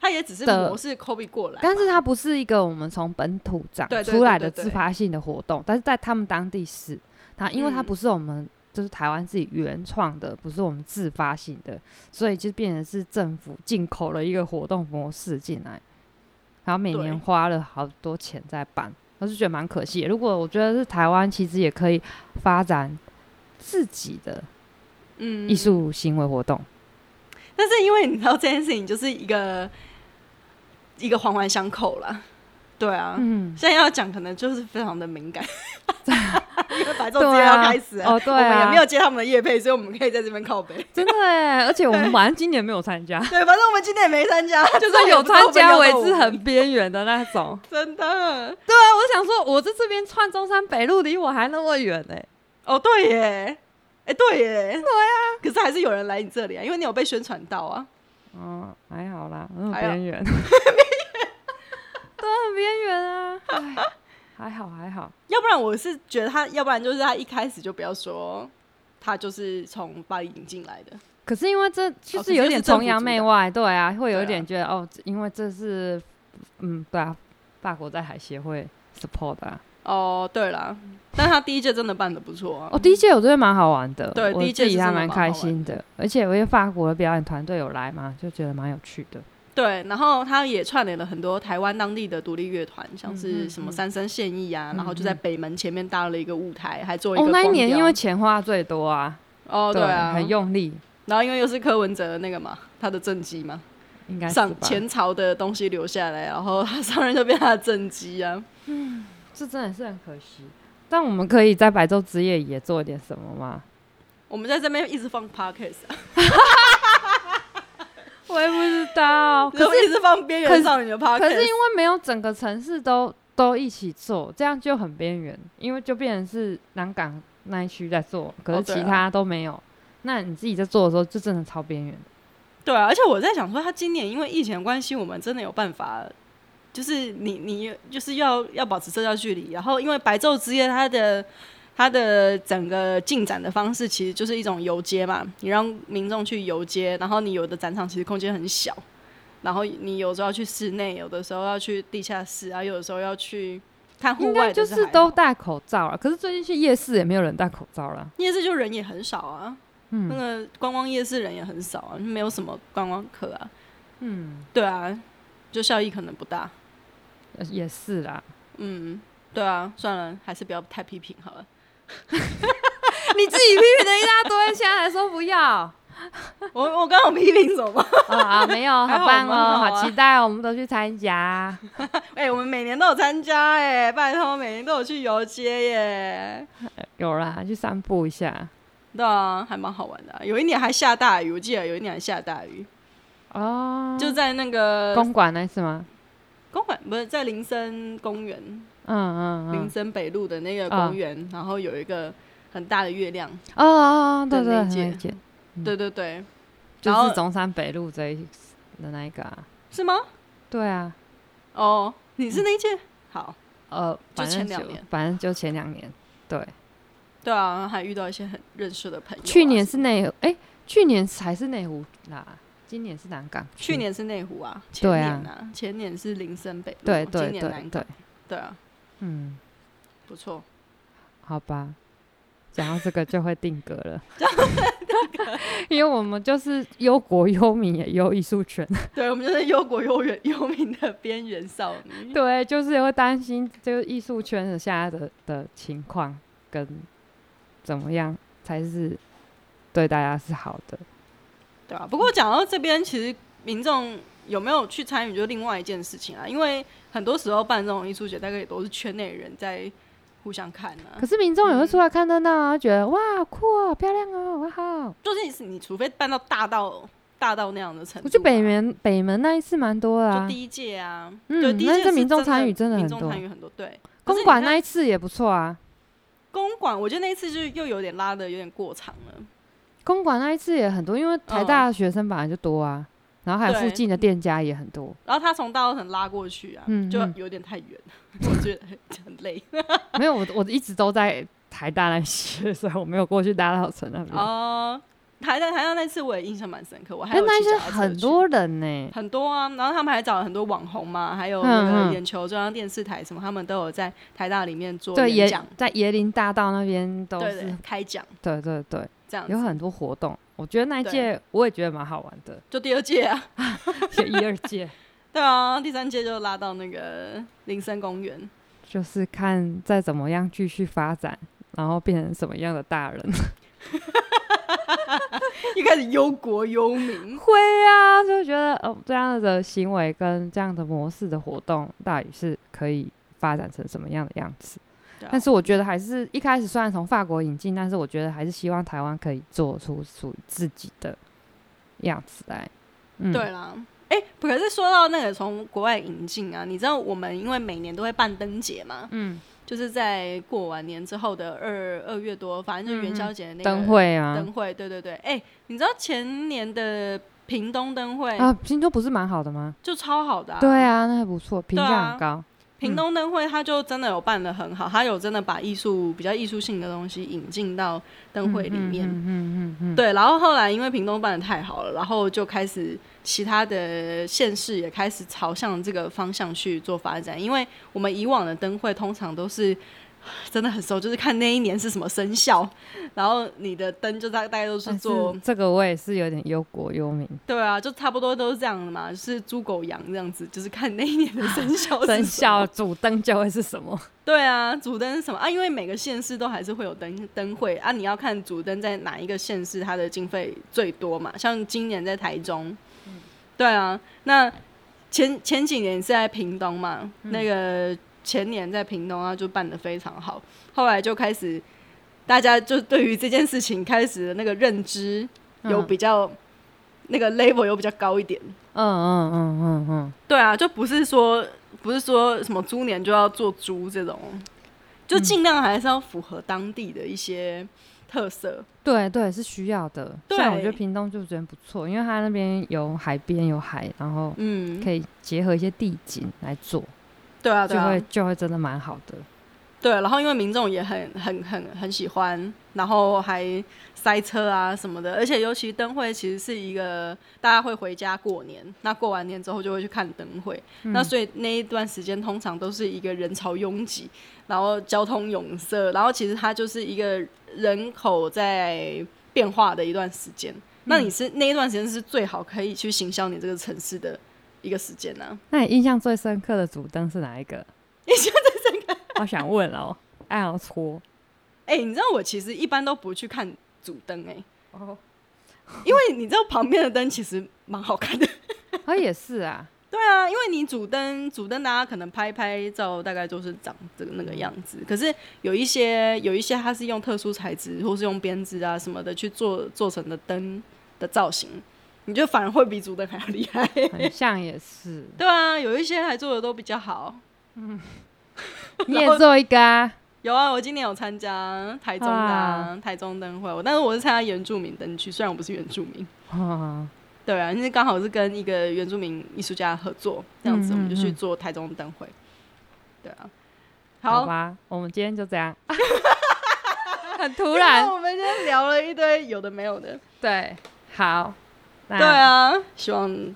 [SPEAKER 1] 他也只是
[SPEAKER 2] 的
[SPEAKER 1] 模式 copy 过来嘛，
[SPEAKER 2] 但是它不是一个我们从本土长
[SPEAKER 1] 对对
[SPEAKER 2] 出来的
[SPEAKER 1] 对对对
[SPEAKER 2] 自发性的活动，但是在他们当地是，它因为它
[SPEAKER 1] 嗯
[SPEAKER 2] 不是我们。就是台湾自己原创的，不是我们自发性的，所以就变成是政府进口了一个活动模式进来，然后每
[SPEAKER 1] 对
[SPEAKER 2] 年花了好多钱在办，我是觉得蛮可惜的。如果我觉得是台湾，其实也可以发展自己的
[SPEAKER 1] 嗯
[SPEAKER 2] 艺术行为活动，
[SPEAKER 1] 但是因为你知道这件事情就是一个一个环环相扣啦，对啊。
[SPEAKER 2] 嗯，
[SPEAKER 1] 现在要讲可能就是非常的敏 感，因为白昼之
[SPEAKER 2] 对
[SPEAKER 1] 夜要
[SPEAKER 2] 啊，
[SPEAKER 1] 开始了，
[SPEAKER 2] 哦，对
[SPEAKER 1] 我们也
[SPEAKER 2] 啊，
[SPEAKER 1] 没有接他们的夜配，所以我们可以在这边靠背。
[SPEAKER 2] 真的哎，而且我们好像今年没有参加，
[SPEAKER 1] 对，反正我们今天也没参加，就。
[SPEAKER 2] 就是有参加为之很边缘的那种
[SPEAKER 1] 真的。
[SPEAKER 2] 对啊，我想说，我在这边串中山北路，离我还那么远欸呢、
[SPEAKER 1] 哦，对耶，哎，对耶，对啊。可是还是有人来你这里啊，因为你有被宣传到啊。
[SPEAKER 2] 哦，还好啦，那么
[SPEAKER 1] 还好
[SPEAKER 2] 边缘，对， 很边缘啊。唉还好还好，
[SPEAKER 1] 要不然我是觉得他，要不然就是他一开始就不要说他就是从巴黎引进来的。
[SPEAKER 2] 可是因为这就
[SPEAKER 1] 哦
[SPEAKER 2] 是
[SPEAKER 1] 可是又
[SPEAKER 2] 有
[SPEAKER 1] 是
[SPEAKER 2] 点
[SPEAKER 1] 政
[SPEAKER 2] 崇
[SPEAKER 1] 府
[SPEAKER 2] 洋
[SPEAKER 1] 主
[SPEAKER 2] 媚
[SPEAKER 1] 导
[SPEAKER 2] 外，对啊，会有
[SPEAKER 1] 对
[SPEAKER 2] 一点
[SPEAKER 1] 啊
[SPEAKER 2] 觉得、哦，因为这是，嗯，对啊，法国在海协会 support 的、啊。
[SPEAKER 1] 哦，对啦，但他第一届真的办的不错啊。
[SPEAKER 2] 哦，第一届我觉得蛮好玩的，
[SPEAKER 1] 对
[SPEAKER 2] 我
[SPEAKER 1] 第一届
[SPEAKER 2] 自己
[SPEAKER 1] 是
[SPEAKER 2] 还
[SPEAKER 1] 真的
[SPEAKER 2] 蛮
[SPEAKER 1] 蛮
[SPEAKER 2] 开
[SPEAKER 1] 好玩
[SPEAKER 2] 心的，而且我觉得法国的表演团队有来嘛，就觉得蛮有趣的。
[SPEAKER 1] 对，然后他也串联了很多台湾当地的独立乐团，像是什
[SPEAKER 2] 嗯嗯
[SPEAKER 1] 么三生现役啊，
[SPEAKER 2] 嗯
[SPEAKER 1] 然后就在北门前面搭了一个舞台，还做一个
[SPEAKER 2] 哦，那一
[SPEAKER 1] 光
[SPEAKER 2] 年
[SPEAKER 1] 雕
[SPEAKER 2] 因为钱花最多啊，
[SPEAKER 1] 哦对啊，
[SPEAKER 2] 很用力，
[SPEAKER 1] 然后因为又是柯文哲的那个嘛，他的政绩嘛，
[SPEAKER 2] 应该是
[SPEAKER 1] 上
[SPEAKER 2] 吧
[SPEAKER 1] 前朝的东西留下来，然后他上任就变他的政绩啊。
[SPEAKER 2] 这真的是很可惜。但我们可以在白昼之夜也做点什么吗？
[SPEAKER 1] 我们在这边一直放 podcast，、啊、
[SPEAKER 2] 我也不知 道，哦可
[SPEAKER 1] 可
[SPEAKER 2] 是
[SPEAKER 1] 是一直放边
[SPEAKER 2] 可
[SPEAKER 1] 缘
[SPEAKER 2] 是
[SPEAKER 1] 少女的
[SPEAKER 2] 可是
[SPEAKER 1] podcast，啊
[SPEAKER 2] 因为没有整个城市都都一起做，这样就很边缘，因为就变成是南港那一区在做，可是
[SPEAKER 1] 哦对
[SPEAKER 2] 其
[SPEAKER 1] 啊
[SPEAKER 2] 他都没有。那你自己在做的时候，就真的超边缘。
[SPEAKER 1] 对啊，而且我在想说，他今年因为疫情的关系，我们真的有办法。就是你，你就是要要保持社交距离，然后因为白昼之夜它的它的整个进展的方式，其实就是一种游街嘛，你让民众去游街，然后你有的展场其实空间很小，然后你有时候要去室内，有的时候要去地下室，啊，有的时候要去看户
[SPEAKER 2] 应
[SPEAKER 1] 外
[SPEAKER 2] 该
[SPEAKER 1] 的
[SPEAKER 2] 就
[SPEAKER 1] 还好，
[SPEAKER 2] 是都戴口罩了，可是最近去夜市也没有人戴口罩了。
[SPEAKER 1] 夜市就人也很少啊，那
[SPEAKER 2] 嗯
[SPEAKER 1] 个观光夜市人也很少啊，没有什么观光客啊，
[SPEAKER 2] 嗯，
[SPEAKER 1] 对啊，就效益可能不大，
[SPEAKER 2] 呃也 是啦。
[SPEAKER 1] 嗯，对啊，算了，还是不要太批评好了。
[SPEAKER 2] 你自己批评了一大堆，现在还说不要啊
[SPEAKER 1] 我我刚刚有批评什么？
[SPEAKER 2] 啊？没有，
[SPEAKER 1] 还
[SPEAKER 2] 好
[SPEAKER 1] 好
[SPEAKER 2] 棒
[SPEAKER 1] 蛮
[SPEAKER 2] 哦，
[SPEAKER 1] 好啊
[SPEAKER 2] 好期待哦，我们都去参加。啊
[SPEAKER 1] 哎、我们每年都有参加哎、拜托，每年都有去游街耶。
[SPEAKER 2] 有啦，去散步一下。
[SPEAKER 1] 对啊，还蛮好玩的啊、有一年还下大雨，我记得有一年还下大雨，
[SPEAKER 2] 哦，
[SPEAKER 1] 就在那个
[SPEAKER 2] 公馆那是吗？
[SPEAKER 1] 公馆，不是在林森公园、
[SPEAKER 2] 嗯嗯
[SPEAKER 1] 林
[SPEAKER 2] 嗯。
[SPEAKER 1] 森北路的那个
[SPEAKER 2] 啊
[SPEAKER 1] 公园，然后有一个很大的月亮。
[SPEAKER 2] 哦哦，哦对
[SPEAKER 1] 的那
[SPEAKER 2] 对，
[SPEAKER 1] 一届
[SPEAKER 2] 那一届嗯
[SPEAKER 1] 对对对，
[SPEAKER 2] 就
[SPEAKER 1] 然后
[SPEAKER 2] 是中山北路这一的那一个啊。
[SPEAKER 1] 是吗？
[SPEAKER 2] 对啊，
[SPEAKER 1] 哦，你是那一届？好，
[SPEAKER 2] 呃，
[SPEAKER 1] 就
[SPEAKER 2] 反正
[SPEAKER 1] 前两年
[SPEAKER 2] 反正就前两年。对，
[SPEAKER 1] 对啊，还遇到一些很认识的朋友啊、
[SPEAKER 2] 去年是内哎，去年还是内湖啦，今年是南港区。
[SPEAKER 1] 去年是内湖啊，前
[SPEAKER 2] 对
[SPEAKER 1] 年
[SPEAKER 2] 啊
[SPEAKER 1] 啊，前年是林森北路，
[SPEAKER 2] 对对
[SPEAKER 1] 今年
[SPEAKER 2] 对
[SPEAKER 1] 南港，对
[SPEAKER 2] 对，
[SPEAKER 1] 啊，
[SPEAKER 2] 嗯，
[SPEAKER 1] 不错。
[SPEAKER 2] 好吧，讲到这个就会定格 了， 因为我们就是忧国忧民也忧艺术圈，
[SPEAKER 1] 对，我们就是忧国忧远忧民的边缘少女。
[SPEAKER 2] 对，就是会担心就是艺术圈的现在的的情况跟怎么样才是对大家是好的。
[SPEAKER 1] 对啊，不过讲到这边，其实民众有没有去参与，就另外一件事情啊。因为很多时候办这种艺术节，大概也都是圈内人在互相看啊
[SPEAKER 2] 可。是民众也会出来看热闹啊，觉得哇好酷哦，漂亮哦，哇好。
[SPEAKER 1] 就是你除非办到大到大到那样的程度啊，
[SPEAKER 2] 我去北门北门那一次蛮多的、啊
[SPEAKER 1] 就，第一届啊，
[SPEAKER 2] 嗯
[SPEAKER 1] 对，第一届
[SPEAKER 2] 那这
[SPEAKER 1] 是
[SPEAKER 2] 民众参与
[SPEAKER 1] 真
[SPEAKER 2] 真的
[SPEAKER 1] 的
[SPEAKER 2] 很
[SPEAKER 1] 民众
[SPEAKER 2] 多
[SPEAKER 1] 参与很多，对。可是
[SPEAKER 2] 公
[SPEAKER 1] 你
[SPEAKER 2] 馆
[SPEAKER 1] 看
[SPEAKER 2] 那一次也不错啊，
[SPEAKER 1] 公馆，我觉得那一次就又有点拉的有点过长了。
[SPEAKER 2] 公馆那一次也很多，因为台大的学生本来就多啊，然后还有附
[SPEAKER 1] 嗯对
[SPEAKER 2] 近的店家也很多，
[SPEAKER 1] 然后他从大稻城拉过去啊，
[SPEAKER 2] 嗯
[SPEAKER 1] 就
[SPEAKER 2] 嗯
[SPEAKER 1] 有点太远， 我觉得很累。
[SPEAKER 2] 没有我我一直都在台大那些，所以我没有过去大稻城那边。
[SPEAKER 1] 哦、台大台大那次我也印象蛮深刻，我还
[SPEAKER 2] 但
[SPEAKER 1] 有
[SPEAKER 2] 哎那
[SPEAKER 1] 骑
[SPEAKER 2] 些
[SPEAKER 1] 脚踏车
[SPEAKER 2] 很
[SPEAKER 1] 去
[SPEAKER 2] 多人呢、
[SPEAKER 1] 很多啊，然后他们还找了很多网红嘛，还有
[SPEAKER 2] 嗯
[SPEAKER 1] 那
[SPEAKER 2] 嗯
[SPEAKER 1] 个眼球中央电视台什么，他们都有在台大里面做
[SPEAKER 2] 对，
[SPEAKER 1] 演
[SPEAKER 2] 椰
[SPEAKER 1] 讲，
[SPEAKER 2] 在椰林大道那边都
[SPEAKER 1] 对
[SPEAKER 2] 是，
[SPEAKER 1] 对，开讲
[SPEAKER 2] 对对对，
[SPEAKER 1] 这样子
[SPEAKER 2] 有很多活动。我觉得那一
[SPEAKER 1] 对
[SPEAKER 2] 届我也觉得蛮好玩的，
[SPEAKER 1] 就第二届啊，
[SPEAKER 2] 就一二届，
[SPEAKER 1] 对啊，第三届就拉到那个林森公园，
[SPEAKER 2] 就是看再怎么样继续发展，然后变成什么样的大人。
[SPEAKER 1] 一开始忧国忧民，
[SPEAKER 2] 会啊，就觉得哦，这样的行为跟这样的模式的活动，到底是可以发展成什么样的样子？
[SPEAKER 1] 对啊
[SPEAKER 2] 但是我觉得还是一开始虽然从法国引进，但是我觉得还是希望台湾可以做出属于自己的样子来。嗯，
[SPEAKER 1] 对啦。哎、可是说到那个从国外引进啊，你知道我们因为每年都会办灯节嘛，
[SPEAKER 2] 嗯，
[SPEAKER 1] 就是在过完年之后的二二月多，反正就是元宵节那个
[SPEAKER 2] 灯会啊
[SPEAKER 1] 灯，会，对对对。哎、你知道前年的屏东灯会
[SPEAKER 2] 啊，听说不是蛮好的吗？
[SPEAKER 1] 就超好的、啊，
[SPEAKER 2] 对，啊，那还不错，评
[SPEAKER 1] 对
[SPEAKER 2] 价
[SPEAKER 1] 啊
[SPEAKER 2] 很高。
[SPEAKER 1] 屏东灯会它就真的有办的很好，它有真的把艺术比较艺术性的东西引进到灯会里面。
[SPEAKER 2] 嗯嗯嗯，
[SPEAKER 1] 对，然后后来因为屏东办的太好了，然后就开始其他的县市也开始朝向这个方向去做发展。因为我们以往的灯会通常都是真的很熟，就是看那一年是什么生肖，然后你的灯就大大概都是
[SPEAKER 2] 哎
[SPEAKER 1] 做、
[SPEAKER 2] 这个我也是有点忧国 忧民，
[SPEAKER 1] 对啊，就差不多都是这样的嘛，就是猪狗羊这样子，就是看那一年的生肖是
[SPEAKER 2] 生
[SPEAKER 1] 什么
[SPEAKER 2] 肖主灯就会是什么？
[SPEAKER 1] 对啊，主灯是什么啊？因为每个县市都还是会有灯灯会啊，你要看主灯在哪一个县市，它的经费最多嘛。像今年在台中，对啊，那前前几年是在屏东嘛，那个前年在屏东啊就办的非常好，后来就开始大家就对于这件事情开始的那个认知有比较、那个 level 有比较高一点。
[SPEAKER 2] 嗯嗯嗯嗯嗯，
[SPEAKER 1] 对啊，就不是说不是说什么猪年就要做猪这种，
[SPEAKER 2] 嗯
[SPEAKER 1] 就尽量还是要符合当地的一些特色。
[SPEAKER 2] 对对是需要的。
[SPEAKER 1] 对
[SPEAKER 2] 像我觉得屏东就觉得不错，因为它那边有海边有海，然后
[SPEAKER 1] 嗯，
[SPEAKER 2] 可以结合一些地景来做，
[SPEAKER 1] 对啊，对
[SPEAKER 2] 就
[SPEAKER 1] 啊
[SPEAKER 2] 会，就会真的蛮好的。
[SPEAKER 1] 对。然后因为民众也很很很很喜欢，然后还塞车啊什么的，而且尤其灯会其实是一个大家会回家过年，那过完年之后就会去看灯会，那所以那一段时间通常都是一个人潮拥挤，然后交通拥塞，然后其实它就是一个人口在变化的一段时间。那你是那一段时间是最好可以去行销你这个城市的一个时间呢、
[SPEAKER 2] 那你印象最深刻的主灯是哪 一个？印象最深刻，我想问哦，爱要 搓
[SPEAKER 1] 哎、你知道我其实一般都不去看主灯哎、
[SPEAKER 2] 哦，
[SPEAKER 1] 因为 你知道旁边的灯其实蛮好看的。
[SPEAKER 2] 哦也是啊，
[SPEAKER 1] 对啊，因为你主灯主灯，大家可能拍拍照，大概就是长这个那个样子。可是有一些有一些，它是用特殊材质或是用编织啊什么的去做做成的灯的造型，你就反而会比主灯还要厉害。 ，
[SPEAKER 2] 很像也是
[SPEAKER 1] 对啊，有一些还做的都比较好。
[SPEAKER 2] 你也做一个啊，
[SPEAKER 1] 有啊，我今年有参加台中的、啊台中灯会，我但是我是参加原住民灯区，虽然我不是原住民。
[SPEAKER 2] 哦，
[SPEAKER 1] 对啊，因为刚好是跟一个原住民艺术家合作，这样子
[SPEAKER 2] 嗯嗯
[SPEAKER 1] 我们就去
[SPEAKER 2] 嗯
[SPEAKER 1] 做台中灯会。对啊，
[SPEAKER 2] 好吧，我们今天就这 样，很突然
[SPEAKER 1] 那，我们今天聊了一堆有的没有的。
[SPEAKER 2] 对，好，对
[SPEAKER 1] 对，啊，希望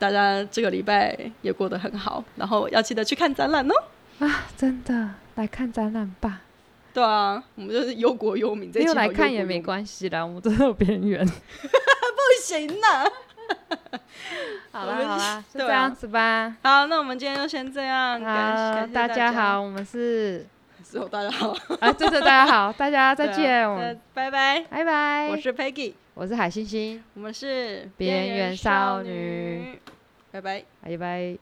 [SPEAKER 1] 大家这个礼拜也过得很好，然后要记得去看展览哦。
[SPEAKER 2] 啊真的来看展览吧，
[SPEAKER 1] 对啊，我们就是忧国忧民，这
[SPEAKER 2] 没
[SPEAKER 1] 一
[SPEAKER 2] 有
[SPEAKER 1] 期
[SPEAKER 2] 来
[SPEAKER 1] 好
[SPEAKER 2] 看
[SPEAKER 1] 忧
[SPEAKER 2] 也
[SPEAKER 1] 国
[SPEAKER 2] 没
[SPEAKER 1] 忧民
[SPEAKER 2] 关系啦，我们都有 边缘，
[SPEAKER 1] 不行啊呐、
[SPEAKER 2] 好
[SPEAKER 1] 我们
[SPEAKER 2] 啦好啦，就
[SPEAKER 1] 对啊
[SPEAKER 2] 这样子吧，
[SPEAKER 1] 好，那我们今天就先这样，感
[SPEAKER 2] 好，
[SPEAKER 1] 感谢
[SPEAKER 2] 大
[SPEAKER 1] 家
[SPEAKER 2] 家，好，我 们是，
[SPEAKER 1] 之后大家好，
[SPEAKER 2] 啊，对对，大家好，大家再
[SPEAKER 1] 对啊
[SPEAKER 2] 见，我
[SPEAKER 1] 呃
[SPEAKER 2] 们
[SPEAKER 1] 拜拜。
[SPEAKER 2] 拜拜，
[SPEAKER 1] 我是 Peggy，
[SPEAKER 2] 我是海星星，
[SPEAKER 1] 我们是
[SPEAKER 2] 边缘少女，
[SPEAKER 1] 拜拜。
[SPEAKER 2] 拜拜。